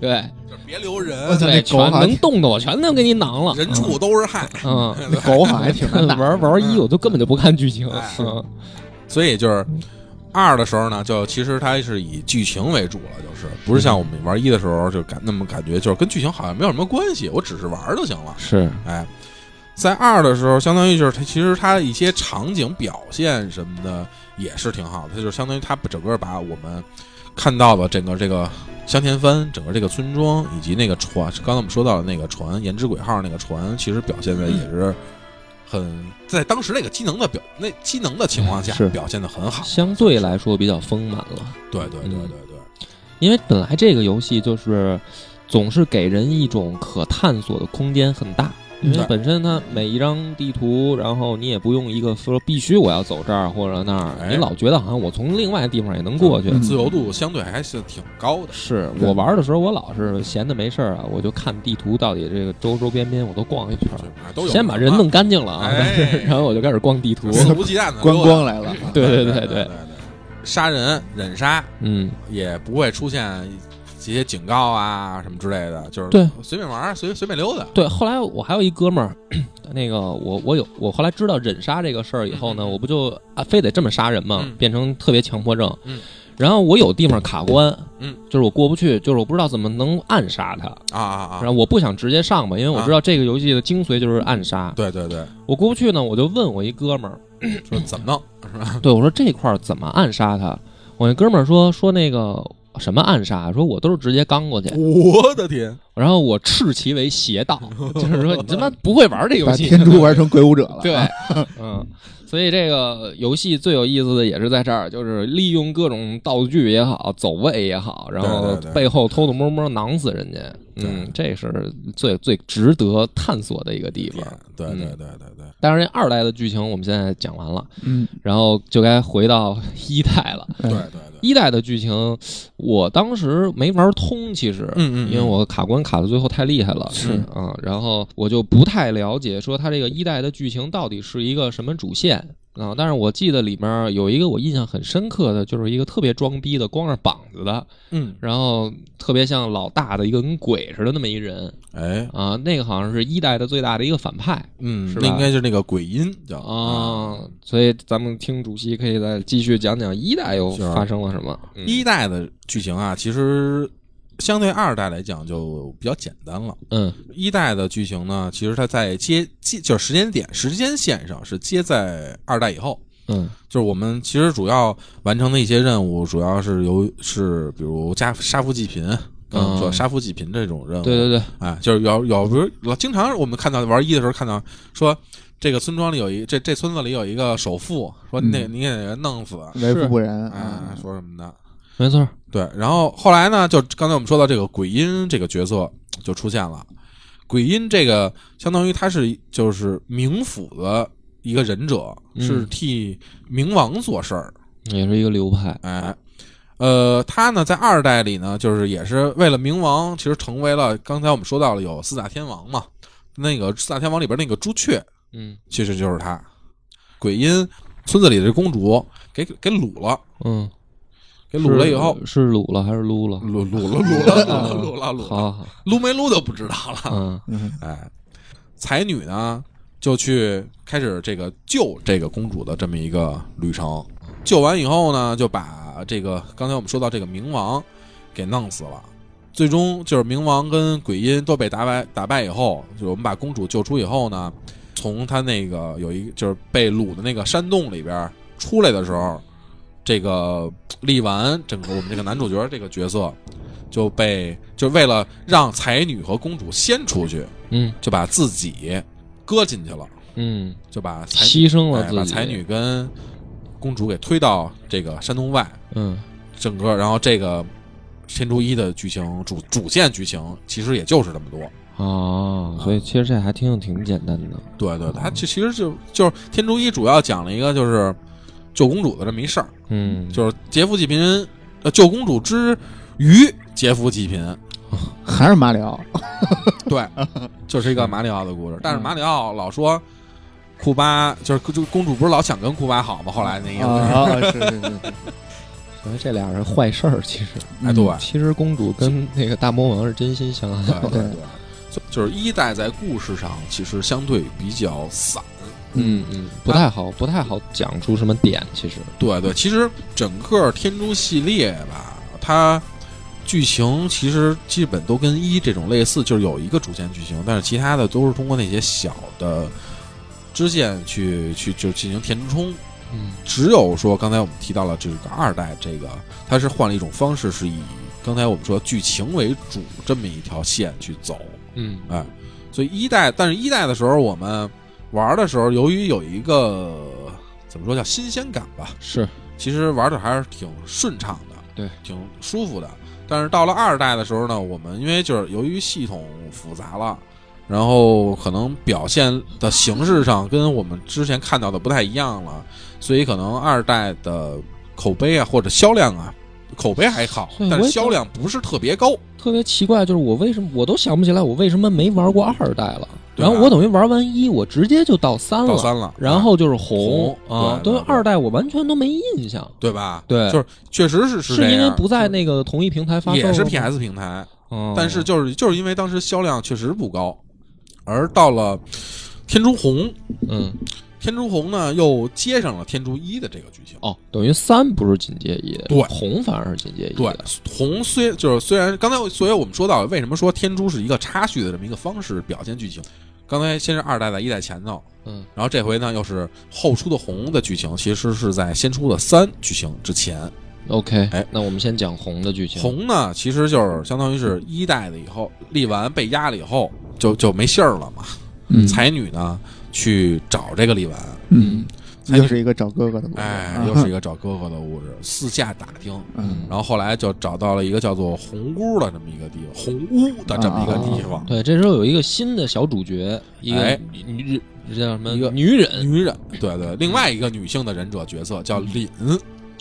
S1: 对
S2: 就是别留
S3: 我
S2: 人
S3: 操，
S1: 对，
S3: 那狗
S1: 全
S3: 好像
S1: 能动的我全都给你囊了，
S2: 人畜都是害，
S1: 嗯。
S3: 那狗好像还挺难打的
S1: 玩玩一，我都根本就不看剧情，
S2: 哎
S1: 嗯
S2: 所以就是。二的时候呢，就其实它是以剧情为主了，就是不是像我们玩一的时候就感那么感觉，就是跟剧情好像没有什么关系，我只是玩儿就行了。
S1: 是，
S2: 哎，在二的时候，相当于就是它其实它一些场景表现什么的也是挺好的，它就相当于它整个把我们看到的整个这个香田藩、整个这个村庄以及那个船，刚才我们说到的那个船“颜之鬼号”那个船，其实表现的也是很在当时那个机能的表那机能的情况下
S3: 是
S2: 表现的很好。
S1: 相对来说比较丰满了，
S2: 对对对对
S1: 嗯
S2: 对。
S1: 因为本来这个游戏就是总是给人一种可探索的空间很大，
S3: 嗯
S1: 因为
S2: 对
S1: 本身它每一张地图，然后你也不用一个说必须我要走这儿或者那儿，
S2: 哎
S1: 你老觉得好像我从另外地方也能过去。
S3: 嗯
S2: 自由度相对还是挺高的。
S1: 是
S3: 对
S1: 我玩的时候，我老是闲的没事儿啊，我就看地图到底这个周周边边我都逛一圈儿，
S2: 啊都有
S1: 先把人弄干净了啊，
S2: 哎
S1: 然后我就开始逛地图。
S2: 肆无忌惮的
S3: 关光来了，
S1: 对对
S2: 对
S1: 对
S2: 对
S1: 对，
S2: 杀人忍杀
S1: 嗯，
S2: 也不会出现一些警告啊什么之类的，就是
S1: 对
S2: 随便玩儿随随便溜达。
S1: 对，后来我还有一哥们儿，那个我我有我后来知道忍杀这个事儿以后呢，
S2: 嗯嗯
S1: 我不就啊非得这么杀人嘛，
S2: 嗯
S1: 变成特别强迫症。
S2: 嗯
S1: 然后我有地方卡关，
S2: 嗯，
S1: 就是我过不去，就是我不知道怎么能暗杀他。
S2: 啊啊
S1: 然
S2: 啊！
S1: 后我不想直接上吧，因为我知道这个游戏的精髓就是暗杀。
S2: 对对对，
S1: 我过不去呢，我就问我一哥们儿，
S2: 说怎么 弄是吧？
S1: 对我说这块儿怎么暗杀他？我那哥们儿说说那个什么暗杀，说我都是直接刚过去，
S2: 我的天，
S1: 然后我斥其为邪 道，就是说你他妈不会玩这游
S3: 把
S1: 戏，
S3: 天珠玩成鬼舞者了。
S1: 对，嗯，所以这个游戏最有意思的也是在这儿，就是利用各种道具也好，走位也好，然后
S2: 对对对
S1: 背后偷偷摸摸囊死人家，嗯，这是最最值得探索的一个地
S2: 对
S1: 方。
S2: 啊对
S1: 嗯
S2: 对对对对，
S1: 当然，这二代的剧情我们现在讲完了，
S3: 嗯，
S1: 然后就该回到一代了。
S3: 哎
S2: 对对对，
S1: 一代的剧情，我当时没玩通，其实，
S2: 嗯嗯嗯
S1: 因为我卡关卡的最后太厉害了，
S3: 是
S1: 嗯，然后我就不太了解说它这个一代的剧情到底是一个什么主线啊，但是我记得里面有一个我印象很深刻的，就是一个特别装逼的，光着膀子的，
S2: 嗯，
S1: 然后特别像老大的一个跟鬼似的那么一人
S2: 哎，
S1: 啊，那个好像是一代的最大的一个反派，
S2: 嗯，
S1: 是
S2: 那
S1: 吧
S2: 应该是那个鬼音叫
S1: 啊、所以咱们听主席可以再继续讲讲一代又
S2: 是啊
S1: 发生了什么。嗯
S2: 一代的剧情啊，其实相对二代来讲就比较简单了。
S1: 嗯
S2: 一代的剧情呢，其实它在接接就是时间点、时间线上是接在二代以后。
S1: 嗯
S2: 就是啊我们其实主要完成的一些任务，主要是由是比如加杀富济贫，刚才我们说
S1: 嗯
S2: 杀富济贫这种任务，
S1: 对对对，
S2: 哎，就是有有比如老经常我们看到玩一的时候看到说这个村庄里有一这这村子里有一个首富，说你得、
S1: 嗯
S2: 你给人弄死，
S3: 为
S1: 是
S3: 富不仁
S1: 嗯
S2: 哎
S3: 啊，，
S2: 说什么的，
S1: 没错儿。
S2: 对，然后后来呢，就刚才我们说到这个鬼音这个角色就出现了。鬼音这个相当于他是就是冥府的一个忍者，
S1: 嗯
S2: 是替冥王做事儿。
S1: 也是一个流派，
S2: 哎，呃，他呢在二代里呢，就是也是为了冥王，其实成为了刚才我们说到了有四大天王嘛，那个四大天王里边那个朱雀，
S1: 嗯
S2: 其实就是他。鬼音村子里的公主给给掳了，
S1: 嗯，
S2: 给掳了以
S1: 是
S2: 后，
S1: 是掳了还是撸了？
S2: 掳掳了掳了掳了掳了掳了，
S1: 好好，
S2: 撸没撸都不知道了。
S1: 嗯
S3: 嗯，
S2: 哎，才女呢就去开始这个救这个公主的这么一个旅程。救完以后呢，就把这个刚才我们说到这个冥王给弄死了。最终就是冥王跟鬼音都被打败，打败以后，就是我们把公主救出以后呢，从他那个有一就是被掳的那个山洞里边出来的时候，这个力丸整个我们这个男主角这个角色就被就为了让才女和公主先出去，
S1: 嗯
S2: 就把自己搁进去了，
S1: 嗯，
S2: 就把才女
S1: 牺牲了
S2: 哎
S1: 自己，
S2: 把才女，跟公主给推到这个山洞外，
S1: 嗯
S2: 整个然后这个天竺一的剧情主主线剧情其实也就是这么多。
S1: 哦，
S2: 啊
S1: 所以其实这还挺挺简单的，
S2: 对对，它其其实就就是天竺一主要讲了一个就是救公主的这么一事儿，
S1: 嗯，
S2: 就是劫富济贫，呃，救公主之于劫富济贫，
S3: 还是马里奥，
S2: 对，就是一个马里奥的故事。但是马里奥老说库巴就是就公主不是老想跟库巴好吗？后来那意思
S3: 啊
S2: 就是。
S3: 啊，啊是是是是，
S1: 所以这俩人坏事儿，其实嗯
S2: 哎，对，
S1: 其实公主跟那个大魔王是真心相爱，
S2: 哎对对对，就就是一代在故事上其实相对比较散，
S1: 嗯嗯，不太好不太好讲出什么点，其实，
S2: 对对，其实整个天珠系列吧，它剧情其实基本都跟一这种类似，就是有一个主线剧情，但是其他的都是通过那些小的支线去去就进行填充。
S1: 嗯
S2: 只有说刚才我们提到了这个二代，这个它是换了一种方式，是以刚才我们说剧情为主这么一条线去走。
S1: 嗯
S2: 哎，所以一代，但是一代的时候我们玩的时候，由于有一个怎么说叫新鲜感吧，
S1: 是，
S2: 其实玩的还是挺顺畅的，
S1: 对，
S2: 挺舒服的。但是到了二代的时候呢，我们因为就是由于系统复杂了，然后可能表现的形式上跟我们之前看到的不太一样了，所以可能二代的口碑啊或者销量啊，口碑还好
S1: 对，
S2: 但
S1: 我
S2: 是
S1: 也
S2: 销量不是特别高。
S1: 特别奇怪，就是我为什么我都想不起来我为什么没玩过二代了。
S2: 对
S1: 然
S2: 吧
S1: 后我等于玩完一，我直接就到三了，
S2: 到三了
S1: 嗯
S2: 啊
S1: 然后就是红
S2: 红
S1: 啊，
S2: 对
S1: 对
S2: 对对
S1: 二代我完全都没印象，
S2: 对吧？
S1: 对
S2: 就是确实是这
S1: 是
S2: 样，
S1: 因为不在那个同一平台发售，
S2: 也是 PS 平台，
S1: 哦，
S2: 但是就是就是因为当时销量确实不高，而到了天珠红，
S1: 嗯
S2: 天珠红呢又接上了天珠一的这个剧情。
S1: 哦，等于三不是进阶一，
S2: 对
S1: 红反而是进阶一
S2: 对
S1: 的，，
S2: 红虽就是虽然刚才，所以我们说到为什么说天珠是一个插叙的这么一个方式表现剧情。刚才先是二代在一代前头，
S1: 嗯
S2: 然后这回呢又是后出的红的剧情，其实是在先出的三剧情之前。
S1: ，OK，
S2: 哎
S1: 那我们先讲红的剧情，
S2: 红呢，其实就是相当于是一代的以后立完被压了以后，就就没信儿了嘛。
S3: 嗯
S2: 才女呢去找这个李纨，
S3: 嗯，
S2: 才
S3: 又是一个找哥哥的故事，
S2: 哎
S3: 啊，
S1: 嗯
S2: 又是一个找哥哥的故事，四下打听，
S3: 嗯
S2: 然后后来就找到了一个叫做红屋的这么一个地方，红屋的这么一个地方，
S1: 对，这时候有一个新的小主角，一个
S2: 哎
S1: 女女叫什么
S2: 一个
S1: 女人，
S2: 女忍，对对，另外一个女性的忍者角色叫凛，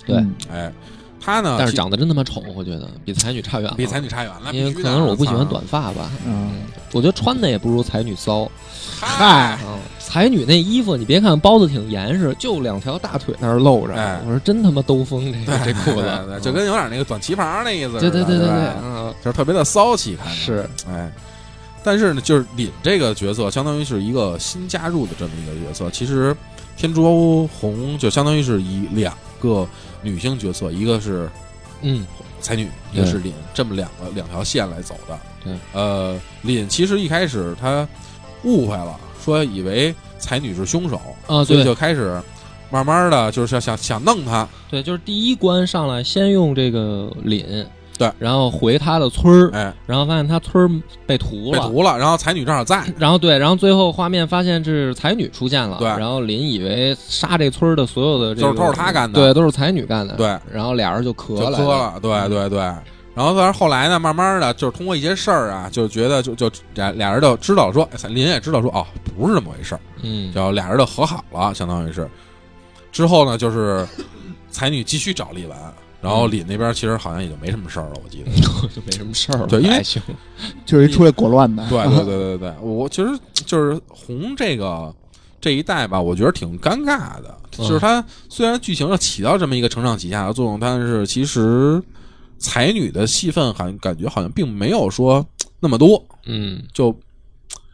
S1: 对
S3: 嗯
S2: 哎，她呢，
S1: 但是
S2: 其
S1: 长得真他妈丑，我觉得比才女差远了，
S2: 比才女差远了，
S1: 因为
S2: 必须
S1: 可
S2: 的
S1: 能是我不喜欢
S2: 操
S1: 短发吧，
S3: 啊，
S1: 我觉得穿的也不如才女骚。
S2: 嗨，
S1: 啊， 才女那衣服，你别看包的挺严实，就两条大腿那儿露着。
S2: 哎
S1: 我说真他妈兜风，这个这
S2: 对
S1: 裤
S2: 对对，
S1: 子，
S2: 就跟有点那个短旗袍那意思
S1: 嗯
S2: 似
S1: 对
S2: 的，
S1: 对对对
S2: 吧
S1: 对，啊，
S2: 就是特别的骚气，看着
S1: 是
S2: 哎。但是呢，就是凛这个角色，相当于是一个新加入的这么一个角色。其实，天竺红就相当于是以两个女性角色，一个是
S1: 嗯，
S2: 才女，一
S1: 对
S2: 个是凛，这么两个两条线来走的。
S1: 对，
S2: 呃，凛其实一开始她误会了，说以为才女是凶手
S1: 啊
S2: 所以
S1: 对
S2: 就开始慢慢的就是想想想弄她。
S1: 对，就是第一关上来先用这个凛，
S2: 对，
S1: 然后回他的村儿，
S2: 哎，
S1: 然后发现他村儿被屠
S2: 被
S1: 了。
S2: 毒了，然后才女正好在，
S1: 然后对，然后最后画面发现是才女出现了，
S2: 对
S1: 然后林以为杀这村儿的所有的这个
S2: 就是都是她干的
S1: 对，都是才女干的，
S2: 对，
S1: 然后俩人就磕
S2: 就
S1: 了，
S2: 磕了，对对对。然后但是后来呢，慢慢的就是通过一些事儿啊，就觉得就就俩俩人就知道说，哎林也知道说哦，不是这么回事儿，
S1: 嗯，
S2: 就俩人就和好了，相当于是。之后呢，就是 才女继续找丽婉，然后李那边其实好像也就没什么事儿了，我记得。
S1: 就没什么事儿了，
S2: 对因为
S1: 还行，
S3: 就是一出来裹乱 的，
S2: 对对对对对，我其实就是红这个这一代吧，我觉得挺尴尬的。
S1: 嗯
S2: 就是它虽然剧情上起到这么一个承上启下的作用，但是其实才女的戏份好像感觉好像并没有说那么多，
S1: 嗯，
S2: 就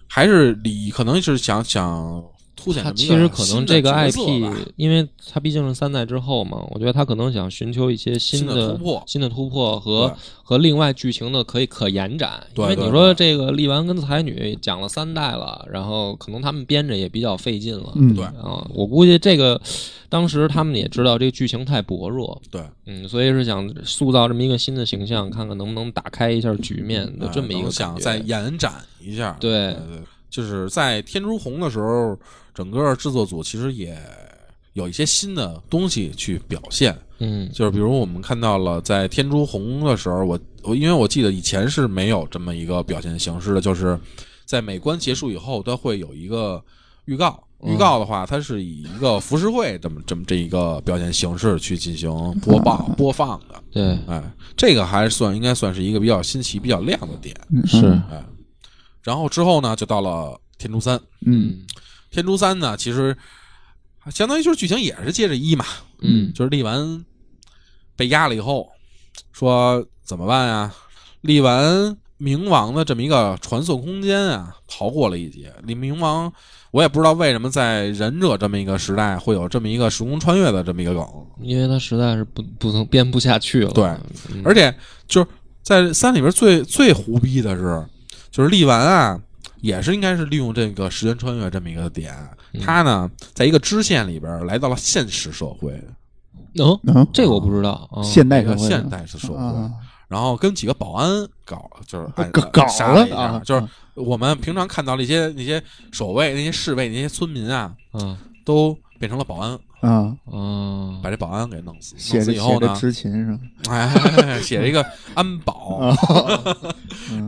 S2: 还是李可能是想想凸显
S1: 他
S2: 这么
S1: 其
S2: 一个
S1: 实可能这个
S2: 新的角色
S1: IP，
S2: 吧
S1: 因为他毕竟是三代之后嘛，我觉得他可能想寻求一些新
S2: 新
S1: 的
S2: 的突破
S1: 新的突破和和另外剧情的可以可延展。
S2: 对
S1: 因为
S2: 对
S1: 你说这个力丸跟才女讲了三代了，然后可能他们编着也比较费劲了。
S3: 嗯
S2: 对
S1: 啊，我估计这个当时他们也知道这个剧情太薄弱，
S2: 对
S1: 嗯，所以是想塑造这么一个新的形象，看看能不能打开一下局面的
S2: 哎
S1: 这么一
S2: 能
S1: 个
S2: 想
S1: 感觉
S2: 再延展一下，
S1: 对
S2: 对，就是在《天竺红》的时候，整个制作组其实也有一些新的东西去表现，
S1: 嗯
S2: 就是比如我们看到了在《天竺红》的时候，我我因为我记得以前是没有这么一个表现形式的，就是在每关结束以后，它会有一个预告。
S1: 嗯
S2: 预告的话，它是以一个浮世绘这么这么这一个表现形式去进行 播报播放的，
S1: 对
S3: 嗯
S2: 哎，这个还是算应该算是一个比较新奇、比较亮的点。
S3: 嗯
S1: 是
S2: 哎，然后之后呢，就到了天竺三。
S3: 嗯
S2: 天竺三呢，其实相当于就是剧情也是接着一嘛，
S1: 嗯
S2: 就是力丸被压了以后，说怎么办呀？力丸冥王的这么一个传送空间啊，逃过了一劫。李冥王，我也不知道为什么在忍者这么一个时代会有这么一个时空穿越的这么一个梗，
S1: 因为他实在是不不能编不下去了。
S2: 对
S1: 嗯
S2: 而且就是在三里边最最胡逼的是，就是力丸啊，也是应该是利用这个时间穿越这么一个点，
S1: 嗯
S2: 他呢在一个支线里边来到了现实社会，
S1: 哦，
S3: 啊，
S1: 这个我不知道。啊
S3: 现代
S2: 一个
S3: 社会
S2: 嗯现代的社会，
S3: 啊，
S2: 然后跟几个保安搞就是暗
S3: 搞搞
S2: 杀了一
S3: 了
S2: 下，
S3: 啊
S2: 就是我们平常看到了一些那些守卫、那些侍卫、那些村民啊，
S1: 啊
S2: 都变成了保安，
S3: 啊，
S1: 啊
S2: 把这保安给弄死，
S3: 写
S2: 弄
S3: 着
S2: 死以
S3: 写
S2: 后
S3: 着
S2: 呢，
S3: 执勤是吧？
S2: 哎，写了一个安保。
S3: 嗯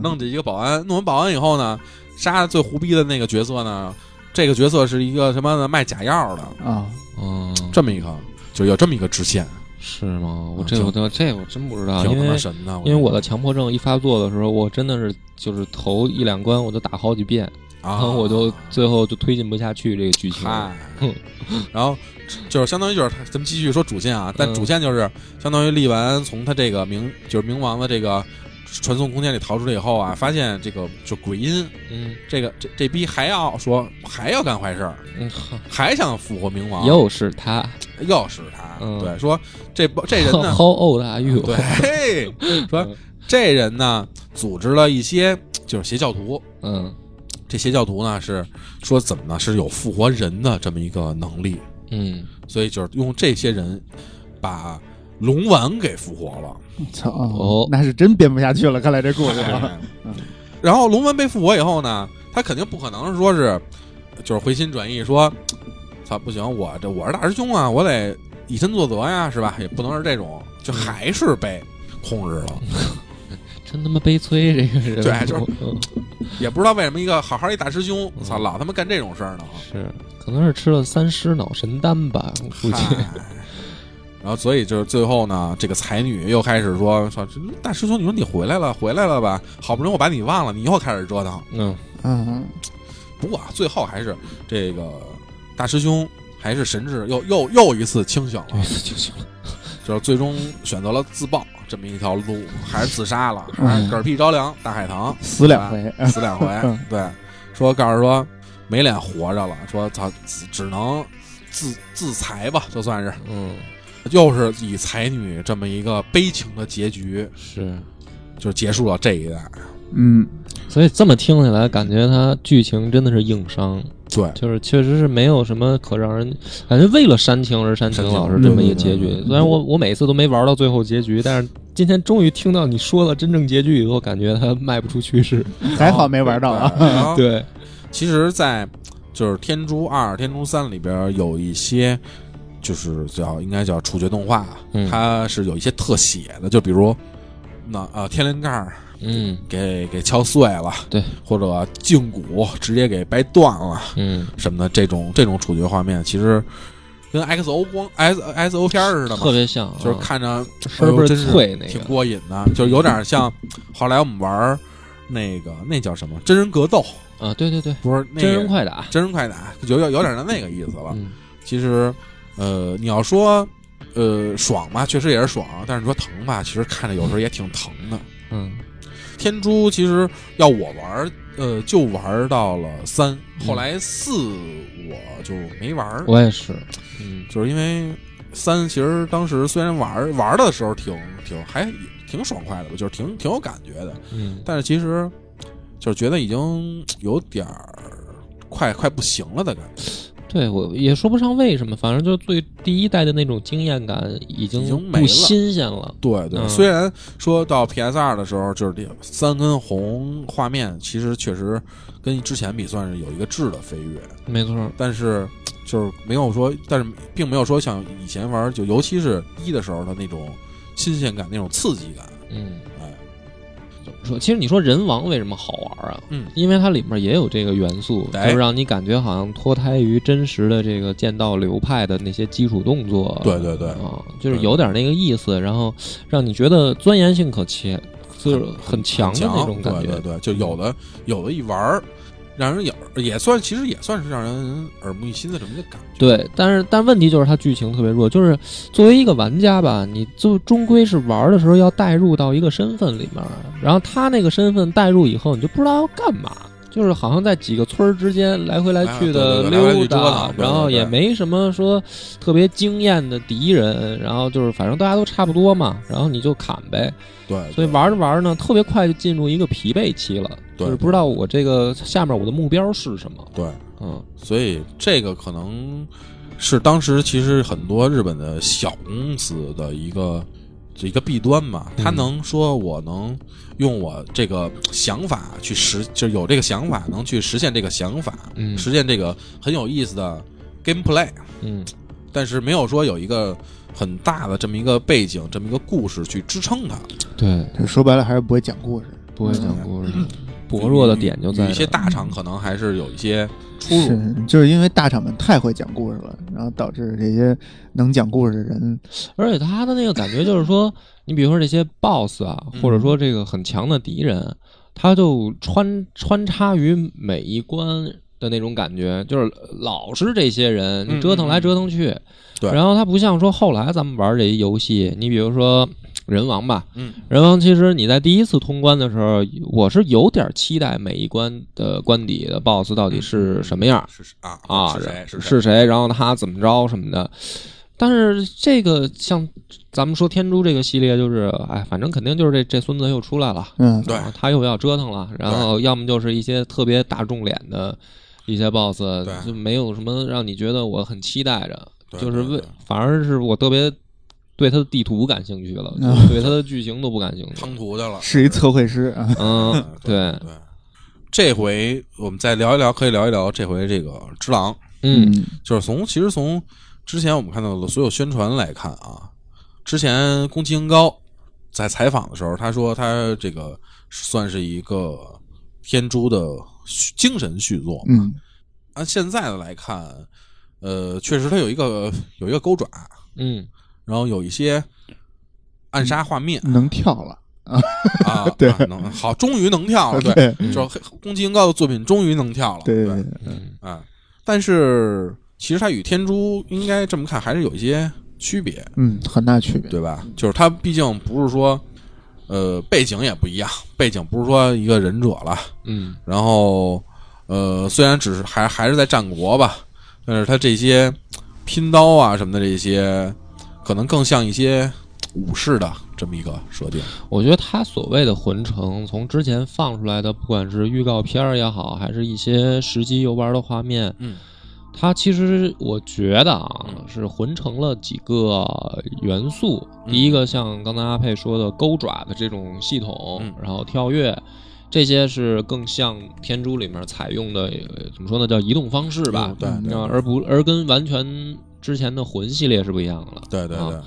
S2: 弄这一个保安，弄完保安以后呢，杀的最胡逼的那个角色呢，这个角色是一个什么的卖假药的，
S3: 啊，
S1: 嗯，
S2: 这么一个就有这么一个支线，
S1: 是吗？我
S2: 啊
S1: 这
S2: 挺
S1: 我这这我真不知道，
S2: 挺
S1: 啊因
S2: 他
S1: 为
S2: 妈神的。
S1: 因为我
S2: 觉
S1: 的强迫症一发作的时候，我真的是就是头一两关我就打好几遍，
S2: 得啊，
S1: 然后我就最后就推进不下去这个剧情。
S2: 嗨
S1: 哼，
S2: 然后就是相当于就是他咱们继续说主线啊，但
S1: 嗯
S2: 主线就是相当于力丸从他这个冥就是冥王的这个传送空间里逃出来以后啊，发现这个就鬼音
S1: 嗯
S2: 这个这这逼还要说还要干坏事儿，
S1: 嗯，呵
S2: 还想复活冥王，
S1: 又是他
S2: 又是他，
S1: 嗯
S2: 对，说这帮这人 呢，
S1: ，How old are you？
S2: 对，嘿 说
S1: 嗯
S2: 这人呢组织了一些就是邪教徒，
S1: 嗯
S2: 这邪教徒呢是说怎么呢是有复活人的这么一个能力，
S1: 嗯，
S2: 所以就是用这些人把龙丸给复活了。
S3: 操、
S1: 哦
S3: 那是真编不下去了，看来这故 事啊，
S2: 哎
S3: 嗯
S2: 然后龙丸被复活以后呢，他肯定不可能说是就是回心转意说，操不行，我这我是大师兄啊，我得以身作则呀，是吧？也不能是这种，就还是被控制了。
S1: 真他妈悲催，这个人
S2: 对就是
S1: 嗯
S2: 也不知道为什么一个好好一大师兄，操老他妈干这种事儿呢。
S1: 是，可能是吃了三尸脑神丹吧，我估计。
S2: 嗨然后，所以就是最后呢，这个才女又开始说：“说这大师兄，你说你回来了，回来了吧？好不容易我把你忘了，你又开始折腾。”
S1: 嗯
S3: 嗯，
S2: 不过啊，最后还是这个大师兄还是神智又又又一次清醒了，
S1: 就行了。
S2: 就是最终选择了自爆这么一条路，还是自杀了，
S3: 嗯
S2: 还是嗝屁着凉，大海棠
S3: 死两回，
S2: 死两回。
S3: 嗯
S2: 对，说告诉说没脸活着了，说他只只能自自裁吧，就算是
S1: 嗯，
S2: 又是以才女这么一个悲情的结局，
S1: 是。
S2: 就结束了这一代。
S3: 嗯，
S1: 所以这么听起来，感觉它剧情真的是硬伤，
S2: 对，
S1: 就是确实是没有什么可让人感觉为了煽情而煽情，
S2: 煽情
S1: 老是这么一个结
S2: 对对
S1: 局
S2: 对。
S1: 虽然我我每次都没玩到最后结局，但是今天终于听到你说了真正结局以后，感觉它迈不出趋势。
S3: 还好没玩到啊，
S2: 对。然后
S1: 对，
S2: 其实，在就是《天珠二》《天珠三》里边有一些，就是叫应该叫处决动画，
S1: 嗯
S2: 它是有一些特写的，就比如那呃天灵盖儿
S1: 嗯
S2: 给给敲碎了，
S1: 对，
S2: 或者胫骨直接给掰断了
S1: 嗯，
S2: 什么的，这种这种处决画面，其实跟 XO 光 S S O 片儿似的
S1: 特
S2: 嘛。
S1: 别像，啊
S2: 就是看着
S1: 倍儿倍
S2: 哎呦
S1: 儿
S2: 真是
S1: 脆那
S2: 挺
S1: 个。
S2: 过瘾的，就是有点像后来我们玩儿那个那叫什么真人格斗，
S1: 啊，对对对，
S2: 不是那个
S1: 真人快打。
S2: 真人快打，有有有点儿那个意思了。
S1: 嗯
S2: 其实，呃，你要说，呃，爽吧，确实也是爽，但是你说疼吧，其实看着有时候也挺疼的。
S1: 嗯
S2: 天珠其实要我玩儿，呃，就玩儿到了三，后来四我就没玩儿，
S1: 嗯我也是。嗯
S2: 就是因为三其实当时虽然玩儿玩儿的时候挺挺还挺爽快的吧，就是挺挺有感觉的，
S1: 嗯，
S2: 但是其实就是觉得已经有点儿快快不行了的感觉，
S1: 对我也说不上为什么，反正就最第一代的那种经验感已
S2: 已经
S1: 经
S2: 没了
S1: 不新鲜了。
S2: 对对，
S1: 嗯
S2: 虽然说到 PS 二的时候，就是这三根红画面，其实确实跟之前比算是有一个质的飞跃，
S1: 没错，
S2: 但是就是没有说，但是并没有说像以前玩，就尤其是一的时候的那种新鲜感、那种刺激感。
S1: 嗯，
S2: 哎，
S1: 说其实你说人王为什么好玩啊？
S2: 嗯
S1: 因为它里面也有这个元素，就
S2: 哎
S1: 是让你感觉好像脱胎于真实的这个剑道流派的那些基础动作。
S2: 对对对
S1: 啊，就是有点那个意思，然后让你觉得钻研性可切，就是很强的那种感觉。
S2: 对对对，就有的有的一玩儿，让人也也算其实也算是让人耳目一新的这么一个感觉。
S1: 对，但是但问题就是它剧情特别弱，就是作为一个玩家吧，你就终归是玩的时候要带入到一个身份里面，然后他那个身份带入以后，你就不知道要干嘛，就是好像在几个村儿之间来回来去
S2: 啊
S1: 的
S2: 对对对来回
S1: 溜
S2: 去折
S1: 达
S2: 腾，对
S1: 然后
S2: 对
S1: 也
S2: 对
S1: 没什么说特别惊艳的敌人，然后就是反正大家都差不多嘛，然后你就砍呗，
S2: 对，哎对
S1: 所以玩着玩着呢，特别快就进入一个疲惫期了，
S2: 对
S1: 就是不知道我这个下面我的目标是什么，
S2: 对。
S1: 嗯
S2: 所以这个可能是当时其实很多日本的小公司的一个一个弊端吧。
S1: 嗯
S2: 他能说我能用我这个想法去实，就是有这个想法能去实现这个想法，
S1: 嗯
S2: 实现这个很有意思的 gameplay，
S1: 嗯，
S2: 但是没有说有一个很大的这么一个背景，这么一个故事去支撑它。
S1: 对，
S3: 这说白了还是不会讲故事，
S1: 不会讲故事。 薄弱的点就在
S2: 嗯有一
S1: 这
S2: 些
S1: 儿
S2: 大厂可能还是有一些出入。
S3: 是，就是因为大厂们太会讲故事了，然后导致这些能讲故事的人，
S1: 而且他的那个感觉就是 说，你比如说这些 boss 啊，
S2: 嗯
S1: 或者说这个很强的敌人，他就穿穿插于每一关的那种感觉，就是老是这些人，
S2: 嗯
S1: 你折腾来折腾去。
S2: 对
S1: 然后他不像说后来咱们玩这一游戏，你比如说。人王吧，
S2: 嗯，
S1: 人王其实你在第一次通关的时候，我是有点期待每一关的关底的 BOSS 到底
S2: 嗯
S1: 是什么样，
S2: 是是啊
S1: 啊，
S2: 是谁
S1: 是
S2: 谁？
S1: 谁，然后他怎么着什么的。但是这个像咱们说天珠这个系列，就是哎，反正肯定就是这这孙子又出来了，
S3: 嗯，
S2: 对
S1: 然后他又要折腾了，然后要么就是一些特别打肿脸的一些 BOSS，
S2: 对
S1: 就没有什么让你觉得我很期待着，
S2: 对
S1: 就是
S2: 对
S1: 为
S2: 对
S1: 反而是我特别对他的地图感兴趣了，
S3: 嗯
S1: 就对他的剧情都不感兴趣。
S2: 腾图去了，
S3: 是一测绘师啊，
S1: 嗯，对，
S2: 对。这回我们再聊一聊，可以聊一聊这回这个之狼，
S1: 嗯，，
S2: 就是从其实从之前我们看到的所有宣传来看啊，之前宫崎英高在采访的时候，他说他这个算是一个天珠的续精神续作嘛。
S3: 嗯，
S2: 按现在的来看，呃，确实他有一个有一个钩爪，
S1: 嗯，
S2: 然后有一些暗杀画面、
S3: 嗯能跳了，
S2: 啊，
S3: 对
S2: 啊能好，终于能跳了，对，
S3: 对
S1: 嗯
S2: 就是宫崎英高的作品终于能跳了，
S3: 对
S2: 对
S3: 对，
S1: 嗯
S2: 啊，但是其实它与天珠应该这么看还是有一些区别，
S3: 嗯，很大区别，
S2: 对吧？就是它毕竟不是说，呃，背景也不一样，背景不是说一个忍者了，
S1: 嗯，
S2: 然后呃，虽然只是还还是在战国吧，但是它这些拼刀啊什么的这些，可能更像一些武士的这么一个设定。
S1: 我觉得他所谓的魂城，从之前放出来的，不管是预告片儿也好，还是一些实际游玩的画面，
S2: 嗯，
S1: 它其实我觉得啊
S2: 嗯，
S1: 是混成了几个元素。
S2: 嗯
S1: 第一个像刚才阿佩说的钩爪的这种系统，
S2: 嗯
S1: 然后跳跃。这些是更像天珠里面采用的，呃怎么说呢，叫移动方式吧
S2: 嗯，对对
S1: 啊而不而跟完全之前的魂系列是不一样的了。
S2: 对对
S1: 啊
S2: 对，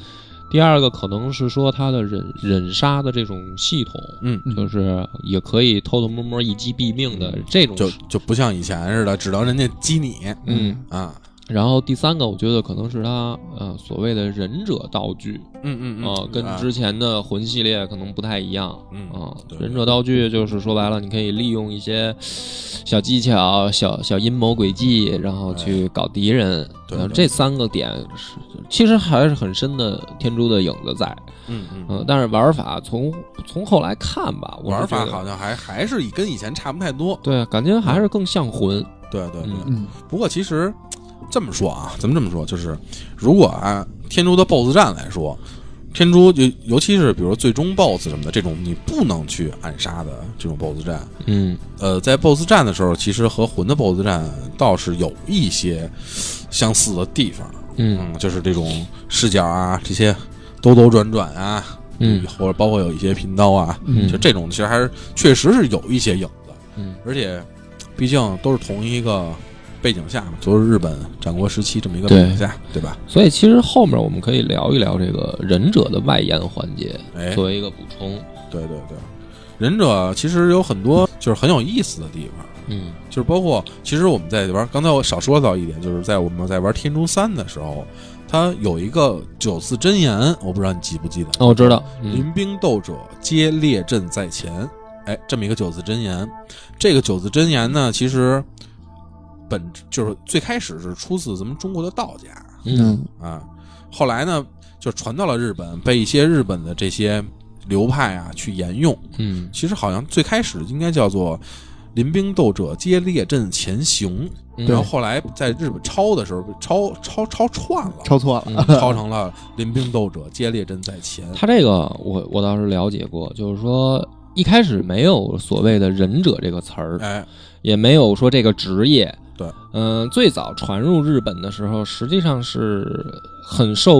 S1: 第二个可能是说它的忍忍杀的这种系统，
S2: 嗯
S1: 就是也可以偷偷摸摸一击毙命的这种。
S2: 就就不像以前似的，只能人家激你
S1: 嗯，
S2: 啊。
S1: 然后第三个，我觉得可能是它呃所谓的忍者道具
S2: 嗯嗯嗯，
S1: 啊、呃跟
S2: 啊
S1: 之前的魂系列可能不太一样
S2: 嗯
S1: 啊、
S2: 对
S1: 忍者道具就是说白了，你可以利用一些小技巧、小小阴谋诡计，然后去搞敌人。
S2: 哎对
S1: 呃
S2: 对
S1: 这三个点是其实还是很深的天珠的影子在。
S2: 嗯嗯
S1: 嗯，但是玩法从从后来看吧，我是
S2: 玩
S1: 觉
S2: 法
S1: 得
S2: 好像还还是以跟以前差不太多。
S1: 对，感觉还是更像魂。
S2: 对对对。
S1: 嗯
S3: 嗯
S2: 不过其实这么说啊，咱们这么说就是，如果按、天珠的 BOSS 战来说，天珠就尤其是比如说最终 BOSS 什么的这种你不能去暗杀的这种 BOSS 战，
S1: 嗯
S2: 呃，在 BOSS 战的时候，其实和魂的 BOSS 战倒是有一些相似的地方。
S1: 嗯
S2: 嗯，就是这种视角啊，这些兜兜转转啊，
S1: 嗯，
S2: 或者包括有一些拼刀啊，
S1: 嗯
S2: 就这种其实还是确实是有一些影子，
S1: 嗯，
S2: 而且毕竟都是同一个背景下嘛，都是日本战国时期这么一个背
S1: 对
S2: 景下，对吧？
S1: 所以其实后面我们可以聊一聊这个忍者的外延环节，
S2: 哎，
S1: 作为一个补充。
S2: 对对对，忍者其实有很多就是很有意思的地方，
S1: 嗯
S2: 就是包括其实我们在玩，刚才我少说到一点，就是在我们在玩天珠三的时候，它有一个九字真言，我不知道你记不记得？
S1: 哦，我知道。嗯
S2: 临兵斗者皆列阵在前。哎，这么一个九字真言，这个九字真言呢，其实本就是最开始是出自咱们中国的道家
S1: 嗯
S2: 啊，后来呢就传到了日本，被一些日本的这些流派啊去沿用。
S1: 嗯
S2: 其实好像最开始应该叫做“临兵斗者皆列阵前行”，
S1: 嗯，
S2: 然后后来在日本抄的时候被抄抄抄串了，
S3: 抄错了，
S1: 嗯
S2: 抄成了“临兵斗者皆列阵在前”。
S1: 他这个我我倒是了解过，就是说一开始没有所谓的忍者这个词儿，
S2: 哎，
S1: 也没有说这个职业。
S2: 对，
S1: 嗯、最早传入日本的时候，实际上是很受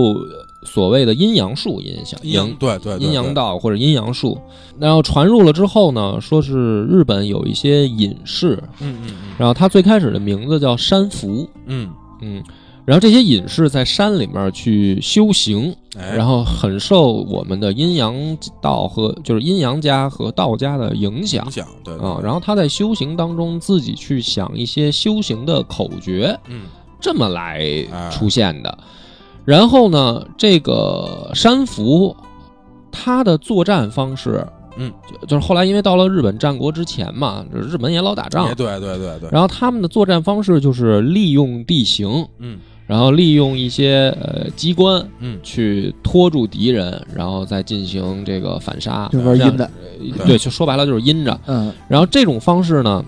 S1: 所谓的阴阳术影响，
S2: 阴阳对对对
S1: 阴阳
S2: 对
S1: 道或者阴阳术。然后传入了之后呢，说是日本有一些隐士，
S2: 嗯嗯
S1: 然后他最开始的名字叫山福，
S2: 嗯
S1: 嗯，然后这些隐士在山里面去修行，
S2: 哎，
S1: 然后很受我们的阴阳道和就是阴阳家和道家的影响
S2: 影响对
S1: 啊、然后他在修行当中自己去想一些修行的口诀，
S2: 嗯
S1: 这么来
S2: 啊
S1: 出现的。然后呢，这个山伏他的作战方式，
S2: 嗯
S1: 就，就是后来因为到了日本战国之前嘛，就是日本也老打仗
S2: 哎，对对对对，
S1: 然后他们的作战方式就是利用地形，
S2: 嗯
S1: 然后利用一些呃机关
S2: 嗯
S1: 去拖住敌人，然后再进行嗯这个反杀。
S3: 就玩阴的，
S1: 呃对，就说白了就是阴着。
S3: 嗯，
S1: 然后这种方式呢，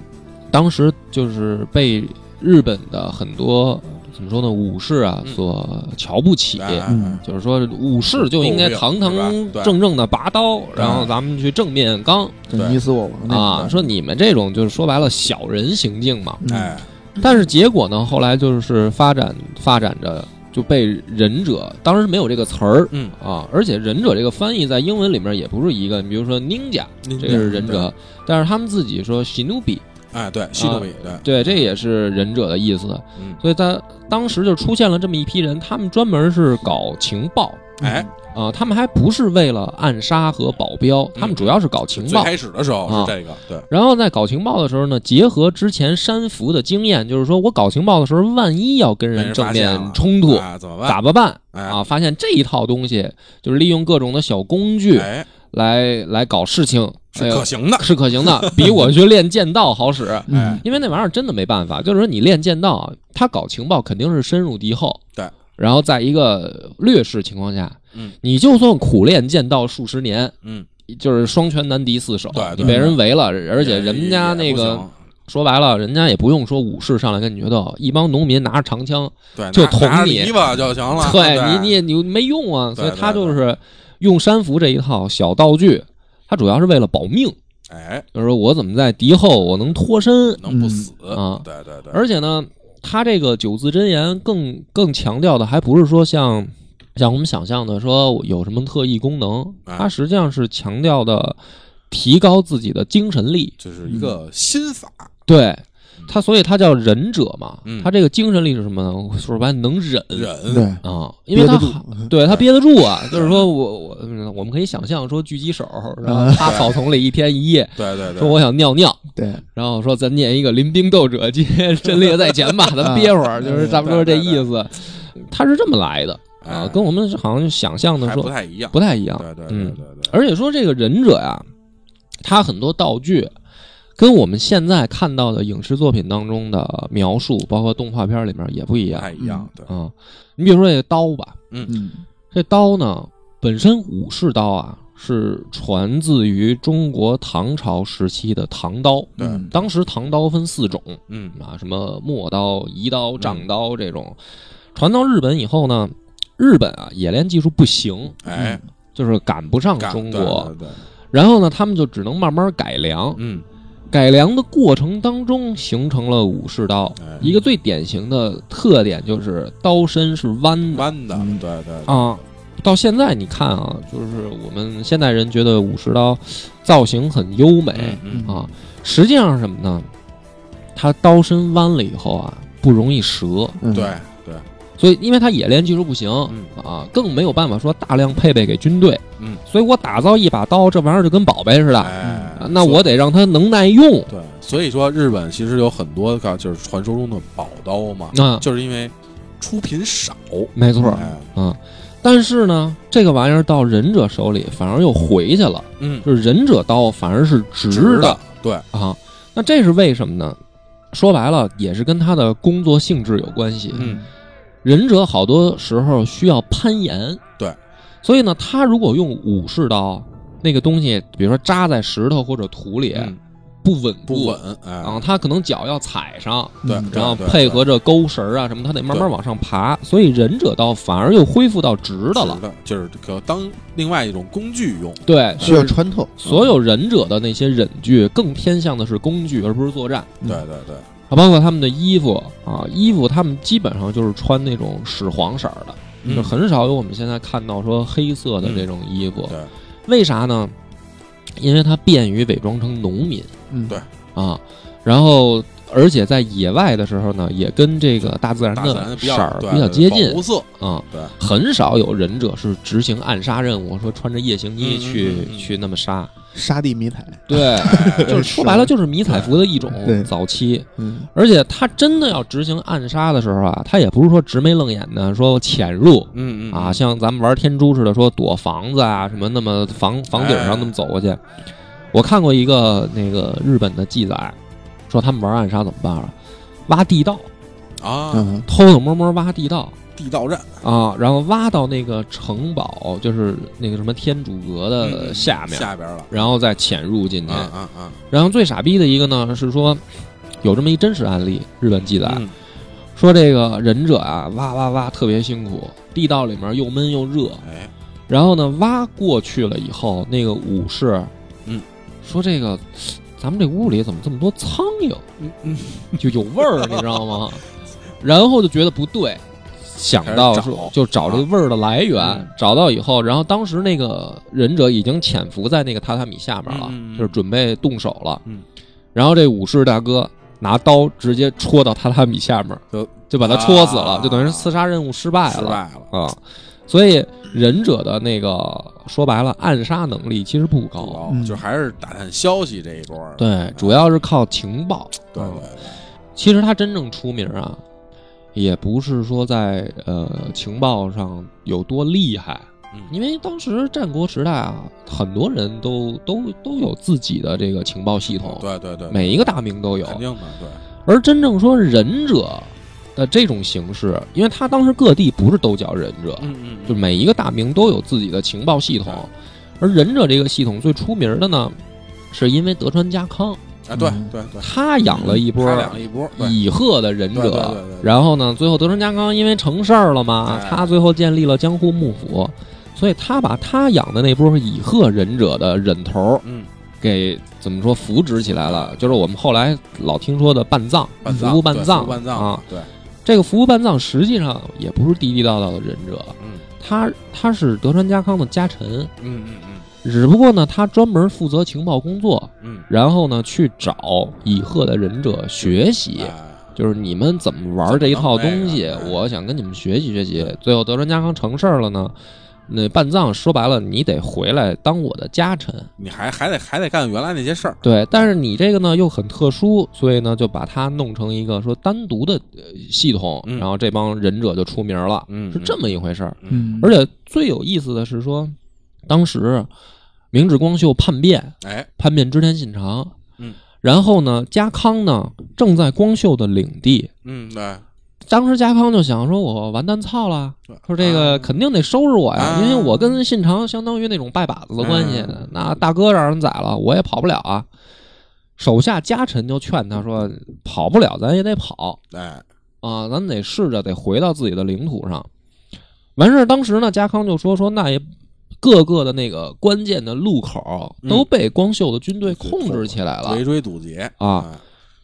S1: 当时就是被日本的很多怎么说呢武士啊
S2: 嗯
S1: 所瞧不起。
S2: 哎哎
S3: 嗯
S1: 就是说，武士就应该堂堂
S2: 对吧对嗯
S1: 正正的拔刀，然后咱们去正面刚
S3: 就
S2: 对
S3: 你死我
S2: 嗯
S3: 亡那种
S1: 啊！说你们这种就是说白了小人行径嘛，
S3: 嗯
S2: 哎
S1: 但是结果呢，后来就是发展发展着就被忍者，当时没有这个词儿
S2: 嗯，
S1: 啊，而且忍者这个翻译在英文里面也不是一个，你比如说 ninja
S2: 这
S1: 这个是忍者，啊但是他们自己说 shinobi，
S2: 哎对，系统里对，
S1: 对，这也是忍者的意思，
S2: 嗯
S1: 所以他当时就出现了这么一批人，他们专门是搞情报。
S2: 哎，
S1: 啊，他们还不是为了暗杀和保镖，他们主要是搞情
S2: 嗯最
S1: 报。
S2: 开始的时候
S1: 啊
S2: 是这个对，
S1: 然后在搞情报的时候呢，结合之前山服的经验，就是说我搞情报的时候，万一要跟
S2: 被
S1: 人
S2: 人
S1: 正
S2: 发现了
S1: 面冲突，
S2: 啊，怎么办？
S1: 咋么办
S2: 哎
S1: 啊？发现这一套东西就是利用各种的小工具
S2: 哎，
S1: 来来搞事情，
S2: 是
S1: 哎呦
S2: 可行的，
S1: 是可行的，比我去练剑道好使。
S2: 哎
S3: 嗯，
S1: 因为那玩意儿真的没办法，就是说你练剑道啊，他搞情报肯定是深入敌后，
S2: 对，
S1: 然后在一个劣势情况下，
S2: 嗯，
S1: 你就算苦练剑道数十年，
S2: 嗯，
S1: 就是双拳难敌四手，
S2: 对对
S1: 你被人围了，而
S2: 而
S1: 且人家那个说白了，人家也不用说武士上来跟你决斗，一帮农民拿着长枪，
S2: 对，
S1: 就
S2: 拿
S1: 捅
S2: 拿着
S1: 你
S2: 泥巴就行了，
S1: 对你你也你没用啊，
S2: 啊对
S1: 所以他
S2: 对
S1: 就
S2: 对
S1: 是用山服这一套小道具，他主要是为了保命，
S2: 哎，
S1: 就是说我怎么在敌后我能脱身，
S2: 能不死
S1: 嗯啊
S2: 对对对，
S1: 而且呢，他这个九字真言更更强调的还不是说像像我们想象的说有什么特异功能，
S2: 啊
S1: 他实际上是强调的提高自己的精神力，
S2: 这是一个
S1: 嗯
S2: 心法，
S1: 对。他所以他叫忍者嘛，
S2: 嗯
S1: 他这个精神力是什么呢？说白了能忍
S2: 忍
S3: 对，
S1: 啊，因为他
S3: 憋得住
S1: 好对他憋得住啊，就是说我我嗯我们可以想象说狙击手，然后趴草丛里一天一夜，
S2: 对对
S1: 说
S2: 对，
S1: 我想尿尿，
S3: 对，
S1: 然后说咱念一个临兵斗者皆阵列在前 吧，
S2: 啊
S1: 咱憋会儿，
S2: 嗯
S1: 就是差不多这意思。他是这么来的啊，
S2: 哎
S1: 跟我们好像想象的
S2: 还不
S1: 说
S2: 太一样，
S1: 不太一样。
S2: 对对对
S1: 嗯
S2: 对对，
S1: 而且说这个忍者呀，他很多道具跟我们现在看到的影视作品当中的描述，包括动画片里面也不一
S2: 不
S1: 样
S2: 太一样，对，
S1: 啊。你比如说这个刀吧，
S3: 嗯
S1: 这刀呢本身武士刀啊是传自于中国唐朝时期的唐刀，
S2: 对
S3: 嗯
S1: 当时唐刀分四种。
S2: 嗯
S1: 啊，什么陌刀、移刀、丈刀这种，传到日本以后呢，日本啊冶炼技术不行，
S2: 哎，
S1: 就是赶不上
S2: 干
S1: 中
S2: 对
S1: 国
S2: 对，对，对
S1: 然后呢，他们就只能慢慢改良，
S2: 嗯，
S1: 改良的过程当中形成了武士刀。
S2: 哎
S1: 一个最典型的特点就是刀身是弯的
S2: 弯的，
S3: 嗯
S2: 对对对
S1: 啊。到现在你看啊，就是我们现代人觉得武士刀造型很优美，
S2: 嗯
S1: 啊，实际上是什么呢？它刀身弯了以后啊，不容易折，
S3: 嗯
S2: 嗯，对对，
S1: 所以因为它冶炼技术不行、
S2: 嗯
S1: 啊，更没有办法说大量配备给军队。
S2: 嗯，
S1: 所以我打造一把刀，这玩意儿就跟宝贝似的，
S2: 哎
S1: 啊，那我得让它能耐用。
S2: 对，所以说日本其实有很多个就是传说中的宝刀嘛，
S1: 那、
S2: 就是因为出品少，
S1: 啊没错，
S2: 哎，
S1: 嗯。但是呢，这个玩意儿到忍者手里反而又回去了，
S2: 嗯，
S1: 就是忍者刀反而是直
S2: 直
S1: 的
S2: 的，对，
S1: 啊。那这是为什么呢？说白了，也是跟他的工作性质有关系。
S2: 嗯
S1: 忍者好多时候需要攀岩，
S2: 对，
S1: 所以呢，他如果用武士刀，那个东西，比如说扎在石头或者土里，
S2: 嗯
S1: 不稳固，
S2: 不稳，哎，
S1: 啊，他可能脚要踩上，
S2: 对
S3: 嗯，
S1: 然后
S2: 对
S1: 配合着钩绳儿啊什么，他得慢慢往上爬，所以忍者刀反而又恢复到直的了。
S2: 的，就是可当另外一种工具用，
S1: 对，
S3: 需要
S1: 就是
S3: 穿透，
S1: 所有忍者的那些忍具更偏向的是工具，而不是作战。
S3: 嗯
S2: 对对对，
S1: 啊，包括他们的衣服啊，衣服他们基本上就是穿那种屎黄色儿的，
S2: 嗯
S1: 就很少有我们现在看到说黑色的这种衣服。
S2: 对，
S1: 为啥呢？因为它便于伪装成农民
S3: 嗯，
S2: 对
S1: 啊。然后而且在野外的时候呢，也跟这个大自然
S2: 大自然
S1: 的
S2: 比
S1: 色
S2: 较
S1: 儿
S2: 对
S1: 比较接近
S2: 保护色，
S1: 啊、
S2: 对，
S1: 很少有忍者是执行暗杀任务，说穿着夜行衣
S2: 嗯嗯
S1: 去、
S2: 嗯嗯
S1: 去那么杀。
S3: 沙地迷彩，
S1: 对，就是说白了就是迷彩服的一种
S3: 对
S1: 早期。
S3: 嗯，
S1: 而且他真的要执行暗杀的时候啊，他也不是说直眉愣眼的说潜入
S2: 嗯嗯
S1: 啊，像咱们玩天珠似的说躲房子啊什么，那么房房顶上那么走过
S2: 哎
S1: 去。我看过一个那个日本的记载，说他们玩暗杀怎么办啊？挖地道，
S2: 啊，
S3: 嗯
S1: 偷偷摸摸挖地道
S2: 地道战，
S1: 啊，然后挖到那个城堡，就是那个什么天主阁的
S2: 嗯
S1: 呃下嗯面，
S2: 下边了，
S1: 然后再潜入进去
S2: 啊。啊啊，
S1: 然后最傻逼的一个呢是说，有这么一真实案例，日本记载
S2: 嗯
S1: 说这个忍者啊，挖挖挖特别辛苦，地道里面又闷又热，
S2: 哎，
S1: 然后呢挖过去了以后，那个武士，
S2: 嗯，
S1: 说这个咱们这屋里怎么这么多苍蝇，
S2: 嗯嗯，
S1: 就有味 儿，你知道吗？然后就觉得不对。想到
S2: 开始
S1: 说
S2: 找
S1: 就找这个味儿的来源，
S2: 啊嗯
S1: 找到以后，然后当时那个忍者已经潜伏在那个榻榻米下面了，
S2: 嗯嗯嗯
S1: 就是准备动手了。
S2: 嗯，
S1: 然后这武士大哥拿刀直接戳到榻榻米下面，
S2: 就
S1: 就把他戳死了，
S2: 啊
S1: 就等于是刺杀任务失败
S2: 失
S1: 了
S2: 败了，
S1: 啊。所以忍者的那个说白了，暗杀能力其实不
S2: 不
S1: 高，
S2: 高，就还是打探消息这一波儿，
S1: 哦嗯对，主要是靠情报。
S2: 对
S1: 嗯
S2: 对对，
S1: 其实他真正出名啊，也不是说在呃情报上有多厉害，
S2: 嗯
S1: 因为当时战国时代啊，很多人都都都有自己的这个情报系统，
S2: 对对对，
S1: 每一个大名都有。
S2: 肯定的，对，
S1: 而真正说忍者的这种形式，因为他当时各地不是都叫忍者，
S2: 嗯嗯
S1: 就每一个大名都有自己的情报系统，而忍者这个系统最出名的呢，是因为德川家康
S2: 啊，对
S3: 嗯
S2: 对对，
S1: 他养了一波
S2: 他俩一波，对
S1: 乙贺的忍
S2: 对对对
S1: 者
S2: 对对，
S1: 然后呢，最后德川家康因为成事儿了嘛，
S2: 哎
S1: 他最后建立了江户幕府，所以他把他养的那波乙贺忍者的忍头儿
S2: 嗯，
S1: 给怎么说扶植起来了，就是我们后来老听说的半藏、
S2: 半
S1: 服
S2: 藏
S1: 部
S2: 对
S1: 半藏
S2: 服部半藏
S1: 啊。，
S2: 对，
S1: 这个服部半藏实际上也不是地地道道的忍者，
S2: 嗯
S1: 他他是德川家康的家臣，
S2: 嗯嗯嗯
S1: 只不过呢，他专门负责情报工作，
S2: 嗯，
S1: 然后呢去找乙贺的忍者学习。
S2: 哎
S1: 就是你们怎么玩这一套东西
S2: 怎么弄这，个哎
S1: 我想跟你们学习学习。最后德川家康成事儿了呢，那半藏说白了，你得回来当我的家臣。
S2: 你还还得还得干原来那些事儿，
S1: 对，但是你这个呢又很特殊，所以呢就把它弄成一个说单独的呃系统，
S2: 嗯
S1: 然后这帮忍者就出名了，
S2: 嗯
S1: 是这么一回事儿。
S3: 嗯，
S1: 而且最有意思的是说，当时明治光秀叛变，
S2: 哎，
S1: 叛变织田信长，
S2: 嗯，
S1: 然后呢家康呢正在光秀的领地，
S2: 嗯对，
S1: 当时家康就想说，我完蛋操了，说这个肯定得收拾我呀，
S2: 啊
S1: 因为我跟信长相当于那种拜把子的关系
S2: 嗯，
S1: 那大哥让人宰了，我也跑不了啊。手下家臣就劝他说，跑不了咱也得跑
S2: 哎，
S1: 啊，咱得试着得回到自己的领土上。完事儿，当时呢，家康就说说那也。各个的那个关键的路口
S2: 嗯
S1: 都被光秀的军队控制起来了
S2: 围追堵截哎
S1: 啊！，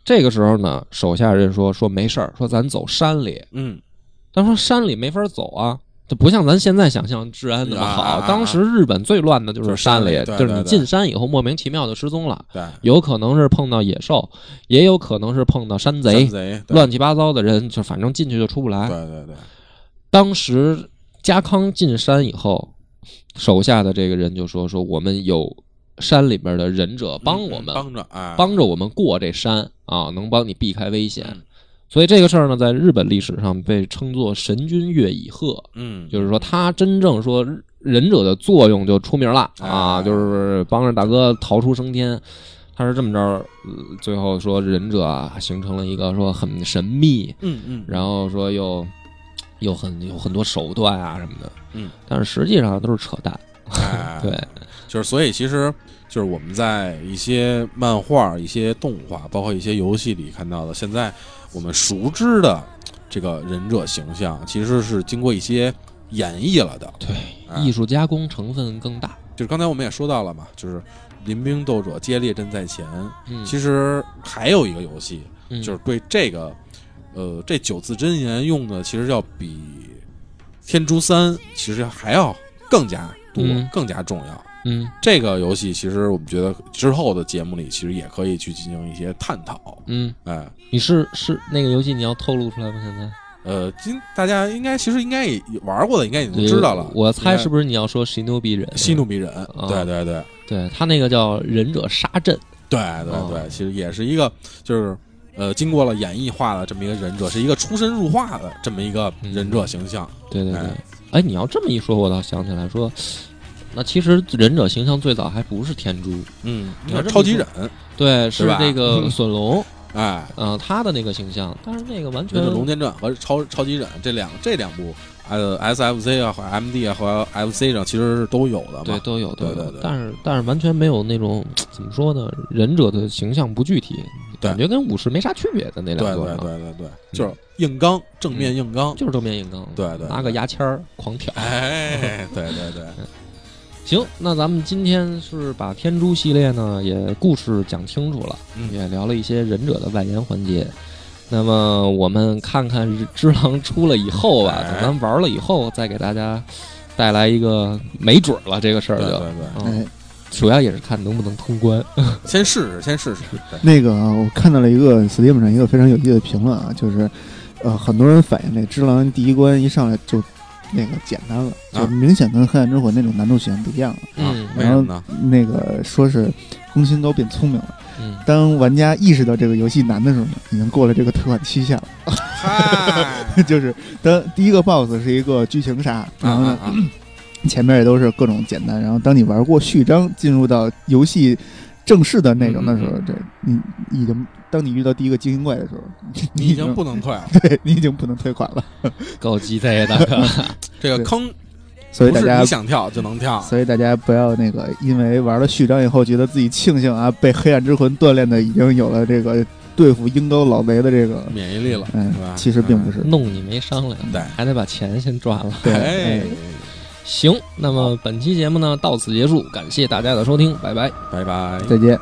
S1: 这个时候呢，手下人说说没事儿，说咱走山里，
S2: 嗯，
S1: 他说山里没法走啊，这不像咱现在想象治安那么好。
S2: 啊啊啊
S1: 当时日本最乱的就是山里，
S2: 就是山
S1: 就
S2: 里对
S1: 是你
S2: 对对
S1: 进山以后莫名其妙就失踪了，
S2: 对，
S1: 有可能是碰到野兽，也有可能是碰到山贼，
S2: 山贼，对
S1: 乱七八糟的人，就反正进去就出不来。
S2: 对对对，
S1: 当时家康进山以后，手下的这个人就说说我们有山里边的忍者帮我们，
S2: 嗯帮着哎，
S1: 帮着我们过这山啊，能帮你避开危险。
S2: 嗯
S1: 所以这个事儿呢，在日本历史上被称作神君越乙鹤，
S2: 嗯，
S1: 就是说他真正说忍者的作用就出名了啊，
S2: 哎
S1: 就是帮着大哥逃出升天。他是这么着，呃最后说忍者啊形成了一个说很神秘，
S2: 嗯嗯，
S1: 然后说又又很有很多手段啊什么的，
S2: 嗯，
S1: 但是实际上都是扯淡，
S2: 哎
S1: 对，
S2: 就是所以其实就是我们在一些漫画、一些动画，包括一些游戏里看到的，现在我们熟知的这个忍者形象，其实是经过一些演绎了的。
S1: 对
S2: 哎
S1: 艺术加工成分更大，
S2: 就是刚才我们也说到了嘛，就是临兵斗者皆列阵在前。
S1: 嗯，
S2: 其实还有一个游戏，
S1: 嗯
S2: 就是对这个，呃，这九字真言用的，其实要比《天珠三》其实还要更加多、
S1: 嗯
S2: 更加重要。
S1: 嗯
S2: 这个游戏其实我们觉得之后的节目里其实也可以去进行一些探讨。
S1: 嗯，
S2: 哎，
S1: 你是是那个游戏你要透露出来吗？现在
S2: 呃，今大家应该其实应该也玩过的，应该已经知道了。
S1: 嗯我猜是
S2: 应
S1: 不是你要说《诺比人》？
S2: 该息怒逼人，
S1: 啊
S2: 对对对
S1: 对他那个叫忍者杀阵，
S2: 对对
S1: 啊
S2: 对，其实也是一个就是呃，经过了演绎化的这么一个忍者，是一个出神入化的这么一个忍者形象。
S1: 对对对
S2: 哎。
S1: 哎，你要这么一说，我倒想起来说，那其实忍者形象最早还不是天珠，
S2: 嗯
S1: 你要这么
S2: 超级
S1: 说
S2: 忍，
S1: 对，是
S2: 是吧
S1: 这 个隼龙，
S2: 哎，
S1: 嗯、他的那个形象，但是那个完全
S2: 就是《龙剑传》和《超超级忍》这两这两部，呃，SFC 啊、和 MD 啊和 FC 上其实是都有的嘛。
S1: 对，都有，都有
S2: 对对对
S1: 但是但是完全没有那种怎么说呢，忍者的形象不具体，
S2: 对
S1: 感觉跟武士没啥区别的那
S2: 对
S1: 两个
S2: 对
S1: 人啊，
S2: 对对
S3: 嗯
S2: 对，就是硬刚，正面硬刚。
S1: 就是正面硬刚，
S2: 对对对
S1: 拿个牙签儿狂挑。
S2: 哎，对 对对，
S1: 行，那咱们今天是把天珠系列呢也故事讲清楚了，
S2: 嗯
S1: 也聊了一些忍者的外延环节。那么我们看看《只狼》出了以后吧，
S2: 哎
S1: 等咱玩了以后再给大家带来一个没准儿了这个事儿
S2: 对
S1: 就。
S2: 对对，
S1: 嗯
S3: 哎，
S1: 主要也是看能不能通关。
S2: 先试试，先试试。对
S3: 那个啊我看到了一个 Steam 上一个非常有意思的评论啊，就是呃，很多人反映这《只狼》第一关一上来就那个简单了，
S2: 啊
S3: 就明显跟《黑暗之魂》那种难度体验不一样了。
S1: 嗯
S2: 啊为什么呢？
S3: 那个说是攻心都变聪明了，
S1: 嗯，
S3: 当玩家意识到这个游戏难的时候呢，已经过了这个退款期限了。
S2: 嗨，
S3: 就是当第一个 BOSS 是一个剧情杀，
S2: 啊
S3: 然后
S2: 啊
S3: 呢
S2: 啊！
S3: 前面也都是各种简单，然后当你玩过序章，进入到游戏正式的内容的时候，
S1: 嗯
S3: 对你已经当你遇到第一个精英怪的时候，
S2: 你已经不能退了，
S3: 对你已经不能退款了。
S1: 够鸡贼的，大哥。
S2: 这个
S3: 对
S2: 坑
S3: 所以
S2: 不
S3: 大
S2: 是
S3: 家
S2: 你，想跳就能跳。
S3: 所以大家不要那个，因为玩了序章以后，觉得自己庆幸啊，被黑暗之魂锻炼的已经有了这个对付鹰钩老贼的这个，
S2: 免疫力了，
S3: 嗯
S2: 是吧？，嗯
S3: 其实并不是。
S1: 弄你没商量，
S2: 对
S1: 还得把钱先赚了。
S2: 嗯。
S3: 对，
S2: 哎
S3: 哎，
S1: 行，那么本期节目呢到此结束，感谢大家的收听，拜拜。
S2: 拜拜。
S3: 再见。